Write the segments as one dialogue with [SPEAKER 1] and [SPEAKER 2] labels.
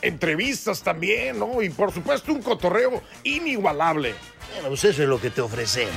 [SPEAKER 1] Entrevistas también, ¿no? Y por supuesto un cotorreo inigualable.
[SPEAKER 2] Bueno, pues eso es lo que te ofrecemos.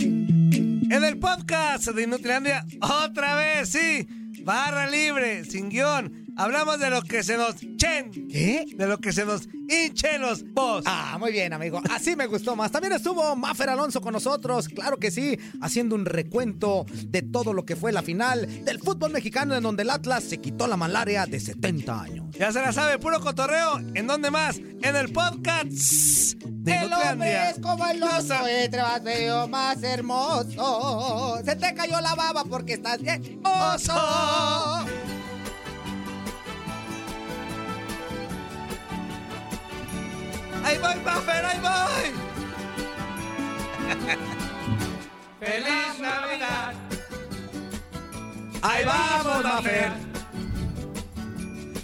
[SPEAKER 3] En el podcast de Inutilandia, otra vez, sí. Barra libre, sin guión. Hablamos de lo que se nos chen.
[SPEAKER 4] ¿Qué?
[SPEAKER 3] De lo que se nos hinchen los bos.
[SPEAKER 4] Ah, muy bien, amigo. Así me gustó más. También estuvo Maffer Alonso con nosotros, claro que sí, haciendo un recuento de todo lo que fue la final del fútbol mexicano en donde el Atlas se quitó la malaria de 70 años.
[SPEAKER 3] Ya se la sabe, puro cotorreo. ¿En dónde más? En el podcast de
[SPEAKER 4] El hombre
[SPEAKER 3] Inutilandia.
[SPEAKER 4] es como el oso, eh, entre más feo, más hermoso. Se te cayó la baba porque estás bien oso.
[SPEAKER 3] ¡Ahí voy, Maffer! ¡Ahí voy! ¡Feliz Navidad! ¡Ahí vamos, Maffer!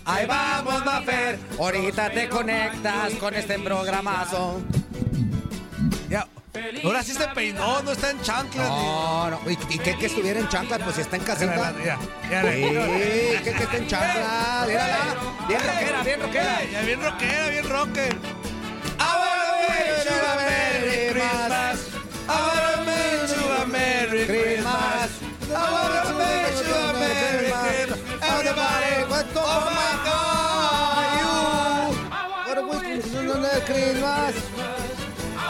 [SPEAKER 3] ¡Ahí vamos, Maffer!
[SPEAKER 4] Ahorita te conectas con este programazo.
[SPEAKER 3] Ya. Ahora sí se peinó, no está en chanclas.
[SPEAKER 4] No, no. ¿Y, y qué que estuviera en chanclas? Pues si está en casita.
[SPEAKER 3] ni- Ya, ya,
[SPEAKER 4] Sí, que, que está en chanclas. Mírala. Bien rockera, bien rockera.
[SPEAKER 3] Ya, bien rockera, bien rocker.
[SPEAKER 4] Christmas. Everybody, welcome you. What a wish for you, Merry Christmas.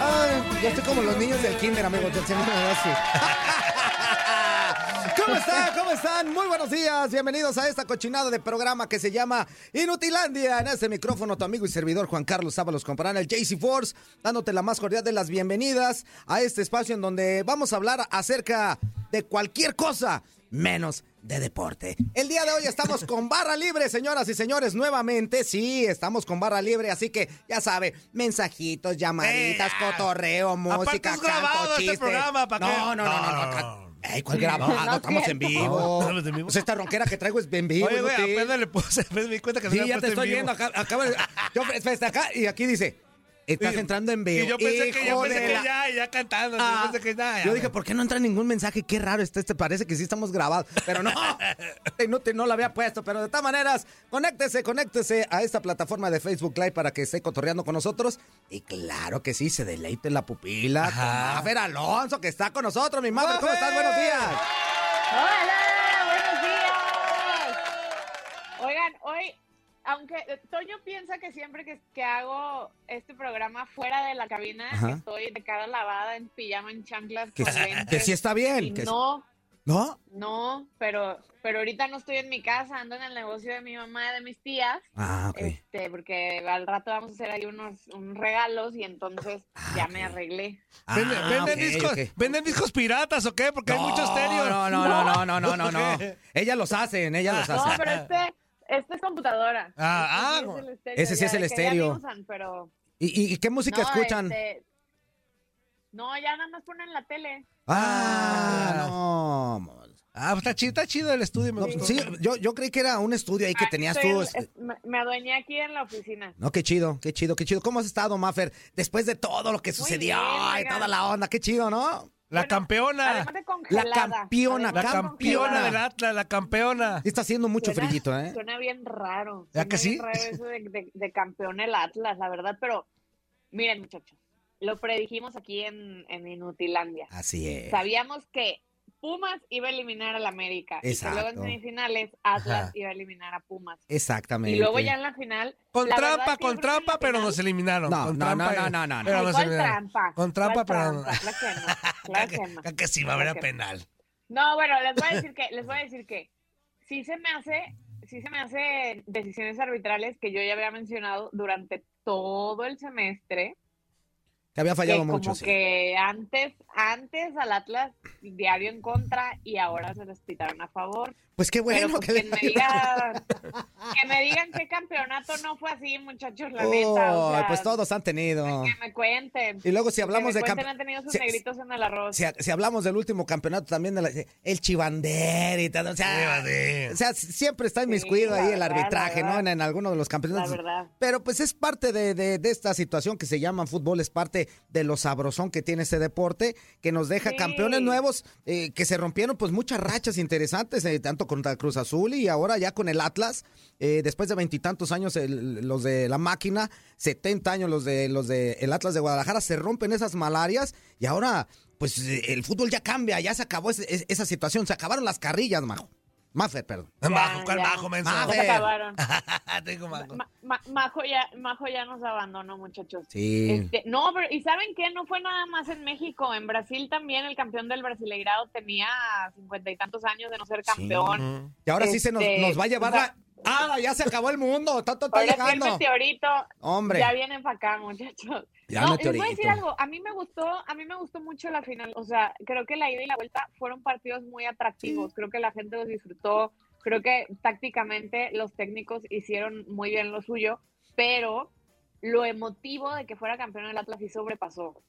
[SPEAKER 4] Ay, ya estoy como los niños del kinder, amigos. del segundo negocio. ¿Cómo están? ¿Cómo están? Muy buenos días. Bienvenidos a esta cochinada de programa que se llama Inutilandia. En este micrófono, tu amigo y servidor Juan Carlos Sábalos Comparán, el JC Force, dándote la más cordial de las bienvenidas a este espacio en donde vamos a hablar acerca de cualquier cosa menos de deporte. El día de hoy estamos con barra libre, señoras y señores, nuevamente. Sí, estamos con barra libre, así que ya sabe, mensajitos, llamaditas,
[SPEAKER 3] Eh, ah.
[SPEAKER 4] cotorreo,
[SPEAKER 3] Aparte
[SPEAKER 4] música,
[SPEAKER 3] es grabado
[SPEAKER 4] canto,
[SPEAKER 3] este
[SPEAKER 4] chiste.
[SPEAKER 3] programa, ¿pa' qué?
[SPEAKER 4] No, no, no, no,
[SPEAKER 3] No,
[SPEAKER 4] no,
[SPEAKER 3] no,
[SPEAKER 4] acá-
[SPEAKER 3] no.
[SPEAKER 4] Ey, ¿cuál grabado? estamos en vivo.
[SPEAKER 3] ¿Estamos en vivo?
[SPEAKER 4] Pues esta ronquera que traigo es en vivo.
[SPEAKER 3] Oye, güey,
[SPEAKER 4] inútil.
[SPEAKER 3] apenas le puse, apenas me di cuenta que
[SPEAKER 4] Sí,
[SPEAKER 3] se había
[SPEAKER 4] ya te
[SPEAKER 3] puesto
[SPEAKER 4] estoy
[SPEAKER 3] en vivo.
[SPEAKER 4] viendo acá. acabo de- yo, espérate, acá y aquí dice, estás
[SPEAKER 3] Sí.
[SPEAKER 4] entrando en vivo.
[SPEAKER 3] Y yo pensé que, yo
[SPEAKER 4] Hijo
[SPEAKER 3] pensé
[SPEAKER 4] de
[SPEAKER 3] que
[SPEAKER 4] la-
[SPEAKER 3] ya, ya cantando. sí,
[SPEAKER 4] Ah,
[SPEAKER 3] Yo pensé que ya, ya.
[SPEAKER 4] yo dije, ¿por qué no entra ningún mensaje? Qué raro está este, parece que sí estamos grabados. Pero no, este inútil no lo había puesto. Pero de todas maneras, conéctese, conéctese a esta plataforma de Facebook Live para que esté cotorreando con nosotros. Y claro que sí, se deleite en la pupila. con Mafer Alonso, que está con nosotros, mi madre. ¿Cómo estás? Buenos días.
[SPEAKER 5] ¡Hola! ¡Buenos días! Oigan, hoy, aunque eh, Toño piensa que siempre que, que hago este programa fuera de la cabina,
[SPEAKER 4] Ajá.
[SPEAKER 5] que estoy de cara lavada, en pijama, en chanclas,
[SPEAKER 4] Que,
[SPEAKER 5] con
[SPEAKER 4] sí-
[SPEAKER 5] lentes.
[SPEAKER 4] que sí está
[SPEAKER 5] Y
[SPEAKER 4] bien. que sí-
[SPEAKER 5] no,
[SPEAKER 4] ¿No?
[SPEAKER 5] no, pero, pero ahorita no estoy en mi casa, ando en el negocio de mi mamá y de mis tías.
[SPEAKER 4] Ah, ok.
[SPEAKER 5] Este, porque al rato vamos a hacer ahí unos, unos regalos y entonces
[SPEAKER 4] Ah,
[SPEAKER 5] ya
[SPEAKER 4] ok.
[SPEAKER 5] me arreglé.
[SPEAKER 3] ¿Venden,
[SPEAKER 4] Ah,
[SPEAKER 3] venden
[SPEAKER 4] ok,
[SPEAKER 3] discos,
[SPEAKER 4] ok.
[SPEAKER 3] ¿Venden discos piratas o qué? Porque hay mucho estéreo.
[SPEAKER 4] No, no, no, no, no, no, no, no.
[SPEAKER 3] ¿Qué?
[SPEAKER 4] Ellas los hacen, ellas los
[SPEAKER 5] No,
[SPEAKER 4] hacen.
[SPEAKER 5] pero este, este es computadora.
[SPEAKER 3] Ah,
[SPEAKER 5] Este
[SPEAKER 3] ah,
[SPEAKER 5] sí el estéreo
[SPEAKER 4] ese sí
[SPEAKER 5] ya,
[SPEAKER 4] es el
[SPEAKER 5] que ya ni
[SPEAKER 4] estéreo.
[SPEAKER 5] usan, pero...
[SPEAKER 4] ¿Y, y- y qué música escuchan?
[SPEAKER 5] este, no, ya nada más ponen la tele.
[SPEAKER 4] Ah, no. mon.
[SPEAKER 3] Ah, pues está chido, está chido el estudio. Me
[SPEAKER 4] No,
[SPEAKER 3] gustó.
[SPEAKER 4] sí, yo, yo creí que era un estudio ahí que tenías
[SPEAKER 5] Estoy
[SPEAKER 4] tú.
[SPEAKER 5] en- es- me, me adueñé aquí en la oficina.
[SPEAKER 4] No, qué chido, qué chido, qué chido. ¿Cómo has estado, Maffer? Después de todo lo que sucedió
[SPEAKER 5] bien,
[SPEAKER 4] y
[SPEAKER 5] oiga.
[SPEAKER 4] toda la onda, qué chido, ¿no?
[SPEAKER 3] La
[SPEAKER 5] Bueno,
[SPEAKER 3] campeona.
[SPEAKER 5] Además de congelada.
[SPEAKER 4] campeona,
[SPEAKER 3] La
[SPEAKER 5] además de
[SPEAKER 3] campeona
[SPEAKER 5] congelada.
[SPEAKER 3] del Atlas, la campeona.
[SPEAKER 4] Sí Está haciendo mucho
[SPEAKER 5] Suena-
[SPEAKER 4] frillito, ¿eh?
[SPEAKER 5] Suena bien raro.
[SPEAKER 3] ¿Ya
[SPEAKER 5] suena
[SPEAKER 3] que
[SPEAKER 5] bien
[SPEAKER 3] sí?
[SPEAKER 5] raro eso de, de- de campeón el Atlas, la verdad. Pero miren,
[SPEAKER 4] Ah,
[SPEAKER 5] muchachos, lo predijimos aquí en, en Inutilandia.
[SPEAKER 3] Eh.
[SPEAKER 4] Así es.
[SPEAKER 5] Sabíamos que Pumas iba a eliminar al América. Y que
[SPEAKER 4] Exacto.
[SPEAKER 5] luego en semifinales, Atlas
[SPEAKER 4] Ajá.
[SPEAKER 5] iba a eliminar a Pumas.
[SPEAKER 4] Exactamente.
[SPEAKER 5] Y luego ya en la final.
[SPEAKER 3] Con
[SPEAKER 5] la verdad,
[SPEAKER 3] trampa,
[SPEAKER 5] siempre
[SPEAKER 3] con
[SPEAKER 5] en
[SPEAKER 3] trampa,
[SPEAKER 5] la
[SPEAKER 3] pero
[SPEAKER 5] final-
[SPEAKER 3] nos eliminaron.
[SPEAKER 4] No,
[SPEAKER 3] con
[SPEAKER 4] no,
[SPEAKER 3] trampa, eh,
[SPEAKER 4] no, no, no, no.
[SPEAKER 3] Pero
[SPEAKER 5] Ay,
[SPEAKER 3] nos
[SPEAKER 5] ¿cuál
[SPEAKER 3] eliminaron.
[SPEAKER 5] trampa?
[SPEAKER 3] Con trampa,
[SPEAKER 5] ¿Cuál
[SPEAKER 3] pero no.
[SPEAKER 5] trampa? Claro que no, claro que no.
[SPEAKER 3] Creo que sí va a haber a
[SPEAKER 5] Ok.
[SPEAKER 3] penal.
[SPEAKER 5] No, bueno, les voy a decir que, les voy a decir que sí se me hace, sí se me hace decisiones arbitrales que yo ya había mencionado durante todo el semestre.
[SPEAKER 4] Que había fallado
[SPEAKER 5] que
[SPEAKER 4] mucho.
[SPEAKER 5] como
[SPEAKER 4] sí.
[SPEAKER 5] que antes, antes al Atlas diario en contra y ahora se les pitaron a favor.
[SPEAKER 4] Pues qué
[SPEAKER 5] Pero,
[SPEAKER 4] bueno
[SPEAKER 5] pues,
[SPEAKER 4] que le
[SPEAKER 5] que, me
[SPEAKER 4] falló.
[SPEAKER 5] digan, que me digan que campeonato no fue así, muchachos, la neta. o
[SPEAKER 4] Oh,
[SPEAKER 5] sea,
[SPEAKER 4] pues todos han tenido.
[SPEAKER 5] Que me cuenten.
[SPEAKER 4] Y luego si
[SPEAKER 5] Que
[SPEAKER 4] hablamos de
[SPEAKER 5] me cuenten,
[SPEAKER 4] campe-
[SPEAKER 5] han tenido sus
[SPEAKER 4] si-
[SPEAKER 5] negritos en el arroz.
[SPEAKER 4] Si, si hablamos del último campeonato también, de la- el chivander y todo. O sea,
[SPEAKER 3] Llévate.
[SPEAKER 4] o sea, siempre está inmiscuido
[SPEAKER 5] la
[SPEAKER 4] ahí el
[SPEAKER 5] verdad, la
[SPEAKER 4] arbitraje, ¿no?
[SPEAKER 5] verdad.
[SPEAKER 4] En, en alguno de los
[SPEAKER 5] la
[SPEAKER 4] campeonatos.
[SPEAKER 5] verdad.
[SPEAKER 4] Pero pues es parte de, de- de esta situación que se llama fútbol, es parte de lo sabrosón que tiene este deporte, que nos deja
[SPEAKER 5] Sí.
[SPEAKER 4] campeones nuevos, eh, que se rompieron pues muchas rachas interesantes, eh, tanto contra Cruz Azul y ahora ya con el Atlas, eh, después de veintitantos años el- los de la máquina, 70 años los de los de el Atlas de Guadalajara, se rompen esas malarias y ahora pues eh, el fútbol ya cambia, ya se acabó ese- es- esa situación, se acabaron las carrillas, Majo. Mafer, perdón.
[SPEAKER 5] Ya,
[SPEAKER 3] Bajo, Ah, ¿cuál
[SPEAKER 5] ya.
[SPEAKER 3] bajo, menso?
[SPEAKER 4] A
[SPEAKER 5] Ya se
[SPEAKER 4] ver.
[SPEAKER 5] acabaron.
[SPEAKER 3] Te digo, bajo.
[SPEAKER 5] Ma- ma- Majo ya, Majo ya nos abandonó, muchachos.
[SPEAKER 4] Sí.
[SPEAKER 5] Este, no, pero ¿y saben qué? No fue nada más en México. En Brasil también el campeón del Brasileirado tenía cincuenta y tantos años de no ser campeón.
[SPEAKER 3] Ujú.
[SPEAKER 4] Y ahora sí se nos,
[SPEAKER 5] Este,
[SPEAKER 4] nos va a llevar
[SPEAKER 5] o sea-
[SPEAKER 4] la... ¡Ah, ya se acabó el mundo! ¡Está, está- está
[SPEAKER 5] Ahora sí el
[SPEAKER 3] pues,
[SPEAKER 4] llegando!
[SPEAKER 5] meteorito
[SPEAKER 4] Hombre.
[SPEAKER 5] ya viene para acá, muchachos.
[SPEAKER 4] Ya
[SPEAKER 5] no,
[SPEAKER 4] el
[SPEAKER 5] les voy a decir
[SPEAKER 4] meteorito.
[SPEAKER 5] algo. A mí me gustó, a mí me gustó mucho la final. O sea, creo que la ida y la vuelta fueron partidos muy atractivos. Creo que la gente los disfrutó. Creo que tácticamente los técnicos hicieron muy bien lo suyo, pero lo emotivo de que fuera campeón el Atlas sí sobrepasó.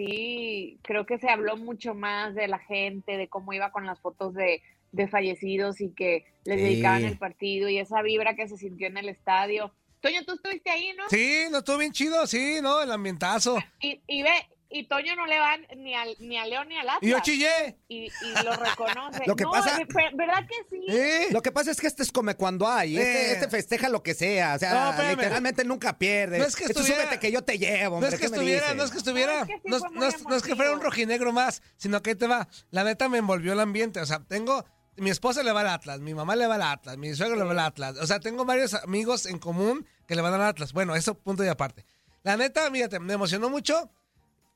[SPEAKER 5] Sí, creo que se habló mucho más de la gente, de cómo iba con las fotos de, de fallecidos y que les
[SPEAKER 4] Sí.
[SPEAKER 5] dedicaban el partido y esa vibra que se sintió en el estadio. Toño, tú estuviste ahí, ¿no?
[SPEAKER 3] Sí, no estuvo bien chido, sí, ¿no? El ambientazo.
[SPEAKER 5] Y, y ve, y Toño no le va ni al, ni a León ni al Atlas.
[SPEAKER 3] Y yo chillé.
[SPEAKER 5] Y, y lo reconoce.
[SPEAKER 4] Lo que
[SPEAKER 5] No,
[SPEAKER 4] pasa-
[SPEAKER 5] de- ver- ¿Verdad que sí?
[SPEAKER 3] ¿Eh?
[SPEAKER 4] Lo que pasa es que este es come cuando hay. Este,
[SPEAKER 3] Eh.
[SPEAKER 4] este festeja lo que sea. O
[SPEAKER 3] No,
[SPEAKER 4] sea,
[SPEAKER 3] espérame.
[SPEAKER 4] literalmente nunca pierde.
[SPEAKER 3] No es que
[SPEAKER 4] Tú
[SPEAKER 3] estuviera-
[SPEAKER 4] súbete que yo te llevo,
[SPEAKER 3] No
[SPEAKER 4] hombre.
[SPEAKER 3] es que
[SPEAKER 4] ¿qué me
[SPEAKER 3] estuviera,
[SPEAKER 4] dices?
[SPEAKER 3] no es que estuviera,
[SPEAKER 5] No, es que sí
[SPEAKER 3] no, es-
[SPEAKER 5] fue muy
[SPEAKER 3] no es- no es que fuera un
[SPEAKER 5] emotivo.
[SPEAKER 3] rojinegro más, sino que ahí te va. La neta me envolvió el ambiente, o sea, tengo, mi esposa le va al Atlas, mi mamá le va al Atlas, mi suegro le va al Atlas, o sea, tengo varios amigos en común que le van al Atlas. Bueno, eso punto y aparte. La neta, fíjate, me emocionó mucho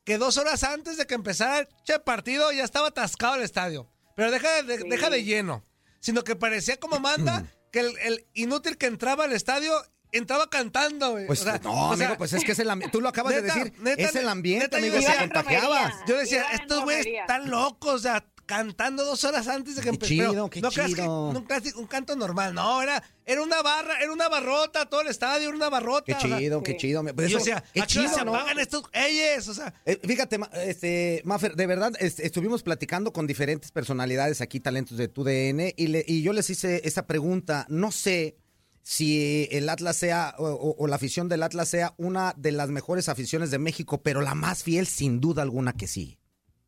[SPEAKER 3] que dos horas antes de que empezara el che partido ya estaba atascado el estadio, pero deja de,
[SPEAKER 5] Sí.
[SPEAKER 3] deja de lleno, sino que parecía como manda que el, el inútil que entraba al estadio entraba cantando. güey.
[SPEAKER 4] Pues
[SPEAKER 3] O sea,
[SPEAKER 4] no,
[SPEAKER 3] o sea,
[SPEAKER 4] amigo, pues es que es el ambiente. Tú lo acabas de
[SPEAKER 3] Neta,
[SPEAKER 4] decir.
[SPEAKER 3] neta,
[SPEAKER 4] es el ambiente,
[SPEAKER 3] neta, yo
[SPEAKER 4] amigo.
[SPEAKER 3] decía-
[SPEAKER 4] Se contagiaba.
[SPEAKER 5] Romería.
[SPEAKER 3] yo decía,
[SPEAKER 5] Iban en
[SPEAKER 3] estos güeyes
[SPEAKER 5] romería.
[SPEAKER 3] están locos, o sea, cantando dos horas antes de que
[SPEAKER 4] Qué
[SPEAKER 3] empe-
[SPEAKER 4] chido,
[SPEAKER 3] pero
[SPEAKER 4] qué
[SPEAKER 3] no creas que-
[SPEAKER 4] chido.
[SPEAKER 3] no creas que un canto normal, no, era, era una barra, era una barrota, todo el estadio era una barrota.
[SPEAKER 4] Qué
[SPEAKER 3] o sea,
[SPEAKER 4] chido, qué
[SPEAKER 5] Sí.
[SPEAKER 4] chido. Pues
[SPEAKER 3] y yo
[SPEAKER 4] eso,
[SPEAKER 3] decía,
[SPEAKER 4] qué
[SPEAKER 3] ¿a qué hora
[SPEAKER 4] chido,
[SPEAKER 3] se
[SPEAKER 4] ¿no?
[SPEAKER 3] apagan estos ellos? O sea,
[SPEAKER 4] Eh, fíjate, ma- este, Mafer, de verdad, es- estuvimos platicando con diferentes personalidades aquí, talentos de tu DN, y, le- y yo les hice esa pregunta. No sé si el Atlas sea, o, o- o la afición del Atlas sea una de las mejores aficiones de México, pero la más fiel, sin duda alguna que sí.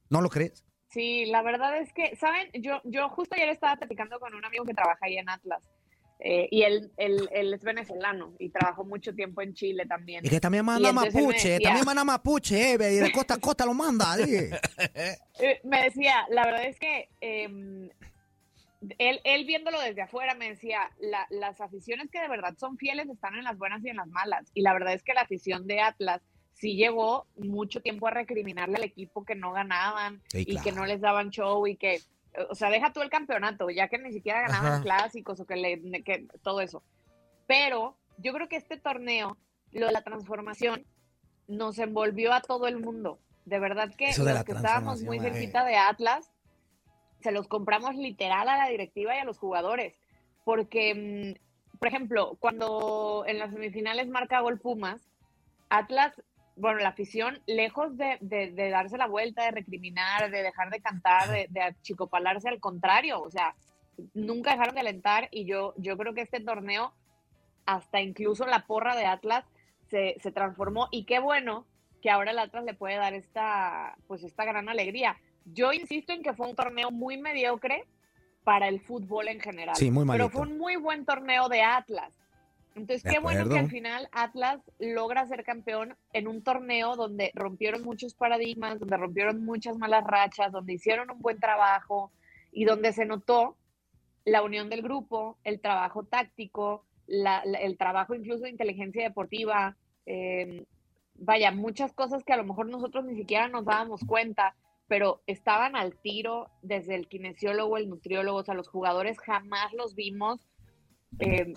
[SPEAKER 4] ¿No lo crees?
[SPEAKER 5] Sí, la verdad es que, ¿saben? Yo, yo justo ayer estaba platicando con un amigo que trabaja ahí en Atlas. eh, y él, él, él es venezolano y trabajó mucho tiempo en Chile también.
[SPEAKER 4] Y que también
[SPEAKER 5] Y
[SPEAKER 4] manda
[SPEAKER 5] entonces él me
[SPEAKER 4] Mapuche,
[SPEAKER 5] decía-
[SPEAKER 4] también manda Mapuche, eh, y de costa a costa lo manda. eh.
[SPEAKER 5] Eh, me decía, la verdad es que em, él, él viéndolo desde afuera me decía, "La- las aficiones que de verdad son fieles están en las buenas y en las malas. Y la verdad es que la afición de Atlas sí llegó mucho tiempo a recriminarle al equipo que no ganaban
[SPEAKER 4] Sí,
[SPEAKER 5] y que
[SPEAKER 4] claro.
[SPEAKER 5] no les daban show y que, eh, o sea, deja tú el campeonato, ya que ni siquiera ganaban
[SPEAKER 3] Ajá.
[SPEAKER 5] clásicos o que, le, que todo eso. Pero yo creo que este torneo, lo de la transformación, nos envolvió a todo el mundo. De verdad que
[SPEAKER 4] Eso de
[SPEAKER 5] los
[SPEAKER 4] la
[SPEAKER 5] que estábamos muy
[SPEAKER 4] transformación,
[SPEAKER 5] cerquita de Atlas, se los compramos literal a la directiva y a los jugadores. Porque, mm, por ejemplo, cuando en las semifinales marca gol Pumas, Atlas, bueno, la afición, lejos de, de- de darse la vuelta, de recriminar, de dejar de cantar, de, de achicopalarse, al contrario, o sea, nunca dejaron de alentar y yo, yo creo que este torneo, hasta incluso la porra de Atlas, se, se transformó y qué bueno que ahora el Atlas le puede dar esta, pues esta gran alegría. Yo insisto en que fue un torneo muy mediocre para el fútbol en general.
[SPEAKER 4] Sí, muy
[SPEAKER 5] pero
[SPEAKER 4] malito.
[SPEAKER 5] fue un muy buen torneo de Atlas. Entonces,
[SPEAKER 4] De
[SPEAKER 5] qué bueno que
[SPEAKER 4] acuerdo.
[SPEAKER 5] al final Atlas logra ser campeón en un torneo donde rompieron muchos paradigmas, donde rompieron muchas malas rachas, donde hicieron un buen trabajo, y donde se notó la unión del grupo, el trabajo táctico, la- la- el trabajo incluso de inteligencia deportiva, eh, vaya, muchas cosas que a lo mejor nosotros ni siquiera nos dábamos cuenta, pero estaban al tiro desde el kinesiólogo, el nutriólogo, o sea, los jugadores jamás los vimos. eh,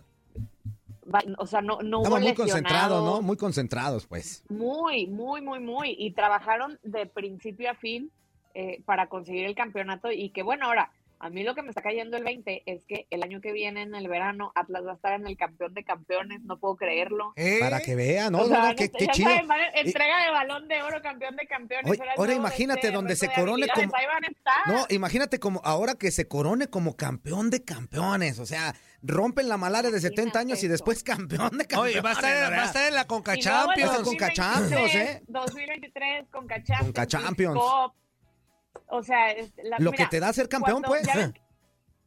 [SPEAKER 5] va- o sea, no, no hubo
[SPEAKER 4] Estamos muy concentrados,
[SPEAKER 5] lesionados.
[SPEAKER 4] ¿no? Muy concentrados, pues.
[SPEAKER 5] Muy, muy, muy, muy. Y trabajaron de principio a fin eh, para conseguir el campeonato. Y que bueno, ahora, a mí lo que me está cayendo el 20 es que el año que viene, en el verano, Atlas va a estar en el campeón de campeones. No puedo creerlo.
[SPEAKER 3] ¿Eh?
[SPEAKER 4] Para que vean, ¿no?
[SPEAKER 5] O
[SPEAKER 4] no,
[SPEAKER 5] sea,
[SPEAKER 4] no,
[SPEAKER 5] no
[SPEAKER 4] qué,
[SPEAKER 5] sé,
[SPEAKER 4] qué
[SPEAKER 5] ya
[SPEAKER 4] chido.
[SPEAKER 5] saben, van a- entrega de balón de oro, campeón de campeones.
[SPEAKER 4] Oye,
[SPEAKER 5] era el
[SPEAKER 4] ahora
[SPEAKER 5] nuevo
[SPEAKER 4] imagínate
[SPEAKER 5] Benzema,
[SPEAKER 4] donde se
[SPEAKER 5] reto de
[SPEAKER 4] corone
[SPEAKER 5] habilidades,
[SPEAKER 4] como-
[SPEAKER 5] pues, Ahí van a estar.
[SPEAKER 4] No, imagínate como ahora que se corone como campeón de campeones. O sea, rompen la malaria de 70 años y
[SPEAKER 5] eso.
[SPEAKER 4] después campeón de campeones.
[SPEAKER 3] Oye, va a estar,
[SPEAKER 4] ¿no?
[SPEAKER 3] va a estar en la Conca
[SPEAKER 5] Y luego el
[SPEAKER 3] Champions.
[SPEAKER 4] Conca Champions, ¿eh?
[SPEAKER 5] 2023, Conca Champions.
[SPEAKER 4] Conca Champions.
[SPEAKER 5] Cup. O sea, es la-
[SPEAKER 4] Lo
[SPEAKER 5] mira,
[SPEAKER 4] que te da ser campeón,
[SPEAKER 5] cuando-
[SPEAKER 4] pues.
[SPEAKER 5] Ya ven,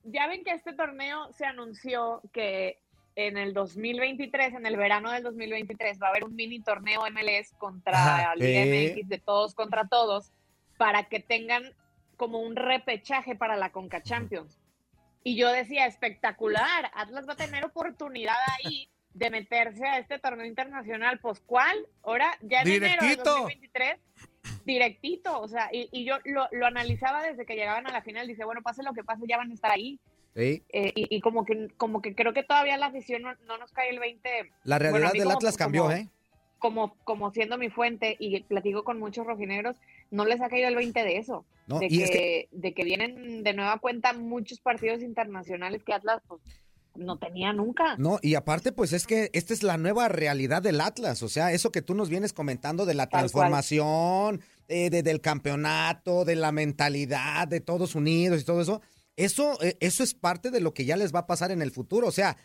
[SPEAKER 5] ya ven que este torneo se anunció que en el 2023, en el verano del 2023, va a haber un mini torneo MLS contra
[SPEAKER 4] Ajá,
[SPEAKER 5] el
[SPEAKER 4] eh.
[SPEAKER 5] MX de todos contra todos para que tengan como un repechaje para la Conca Champions. Y yo decía, espectacular, Atlas va a tener oportunidad ahí de meterse a este torneo internacional. Pues, ¿cuál? Ahora, ya en enero
[SPEAKER 3] Directito.
[SPEAKER 5] de 2023, directito. O sea, y, y yo lo, lo analizaba desde que llegaban a la final. Dice, bueno, pase lo que pase, ya van a estar ahí.
[SPEAKER 4] Sí,
[SPEAKER 5] Eh, y y como, que, como que creo que todavía la afición no, no nos cae el 20
[SPEAKER 4] la
[SPEAKER 5] Bueno, a
[SPEAKER 4] realidad
[SPEAKER 5] mí
[SPEAKER 4] del
[SPEAKER 5] como-
[SPEAKER 4] Atlas cambió,
[SPEAKER 5] como-
[SPEAKER 4] ¿eh?
[SPEAKER 5] como, como siendo mi fuente y platico con muchos rojinegros, no les ha caído el 20 de eso.
[SPEAKER 4] No,
[SPEAKER 5] de,
[SPEAKER 4] y
[SPEAKER 5] que,
[SPEAKER 4] es que
[SPEAKER 5] de que vienen de nueva cuenta muchos partidos internacionales que Atlas pues, no tenía nunca.
[SPEAKER 4] No, y aparte, pues es que esta es la nueva realidad del Atlas, o sea, eso que tú nos vienes comentando de la
[SPEAKER 5] Tal
[SPEAKER 4] transformación, eh, de- del campeonato, de la mentalidad, de todos unidos y todo eso, eso, eh, eso es parte de lo que ya les va a pasar en el futuro, o sea,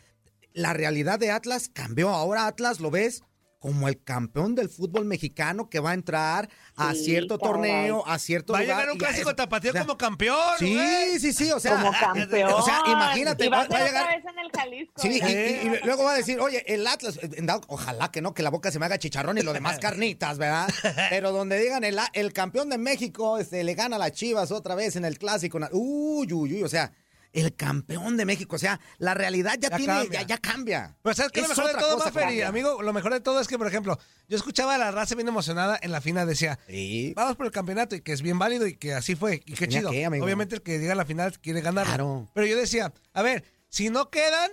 [SPEAKER 4] la realidad de Atlas cambió, ahora Atlas lo ves como el campeón del fútbol mexicano que va a entrar a
[SPEAKER 5] Sí,
[SPEAKER 4] cierto
[SPEAKER 5] caray.
[SPEAKER 4] torneo, a cierto
[SPEAKER 3] Va a
[SPEAKER 4] lugar
[SPEAKER 3] llegar un
[SPEAKER 4] y a
[SPEAKER 3] clásico
[SPEAKER 4] eso.
[SPEAKER 3] tapatío
[SPEAKER 4] O sea,
[SPEAKER 3] como campeón.
[SPEAKER 4] Sí,
[SPEAKER 3] güey.
[SPEAKER 4] sí, sí, o sea, ah, eh,
[SPEAKER 5] como campeón.
[SPEAKER 4] o sea, imagínate,
[SPEAKER 5] Y va,
[SPEAKER 4] va-
[SPEAKER 5] a ser
[SPEAKER 4] va a
[SPEAKER 5] otra
[SPEAKER 4] llegar-
[SPEAKER 5] vez en el Jalisco.
[SPEAKER 4] Sí, y,
[SPEAKER 5] ¿verdad?
[SPEAKER 3] ¿Eh?
[SPEAKER 4] y- y luego va a decir, oye, el Atlas, eh, en dado- ojalá que no, que la boca se me haga chicharrón y lo demás carnitas, ¿verdad? Pero donde digan el, A- el campeón de México este, le gana a las Chivas otra vez en el clásico. na- Uy, uy, uy, o sea, el campeón de México, o sea, la realidad ya,
[SPEAKER 3] Ya
[SPEAKER 4] tiene,
[SPEAKER 3] cambia.
[SPEAKER 4] ya, ya cambia.
[SPEAKER 3] Pero ¿sabes qué? Lo
[SPEAKER 4] Es
[SPEAKER 3] mejor de
[SPEAKER 4] otra
[SPEAKER 3] todo,
[SPEAKER 4] cosa que
[SPEAKER 3] Maffer, y,
[SPEAKER 4] cambia.
[SPEAKER 3] amigo, lo mejor de todo es que, por ejemplo, yo escuchaba a la raza bien emocionada en la final, decía,
[SPEAKER 4] Sí,
[SPEAKER 3] vamos por el campeonato y que es bien válido y que así fue y qué
[SPEAKER 4] Tenía
[SPEAKER 3] chido.
[SPEAKER 4] que, amigo.
[SPEAKER 3] Obviamente el que llega a la final quiere ganar.
[SPEAKER 4] Claro.
[SPEAKER 3] Pero yo decía, a ver, si no quedan,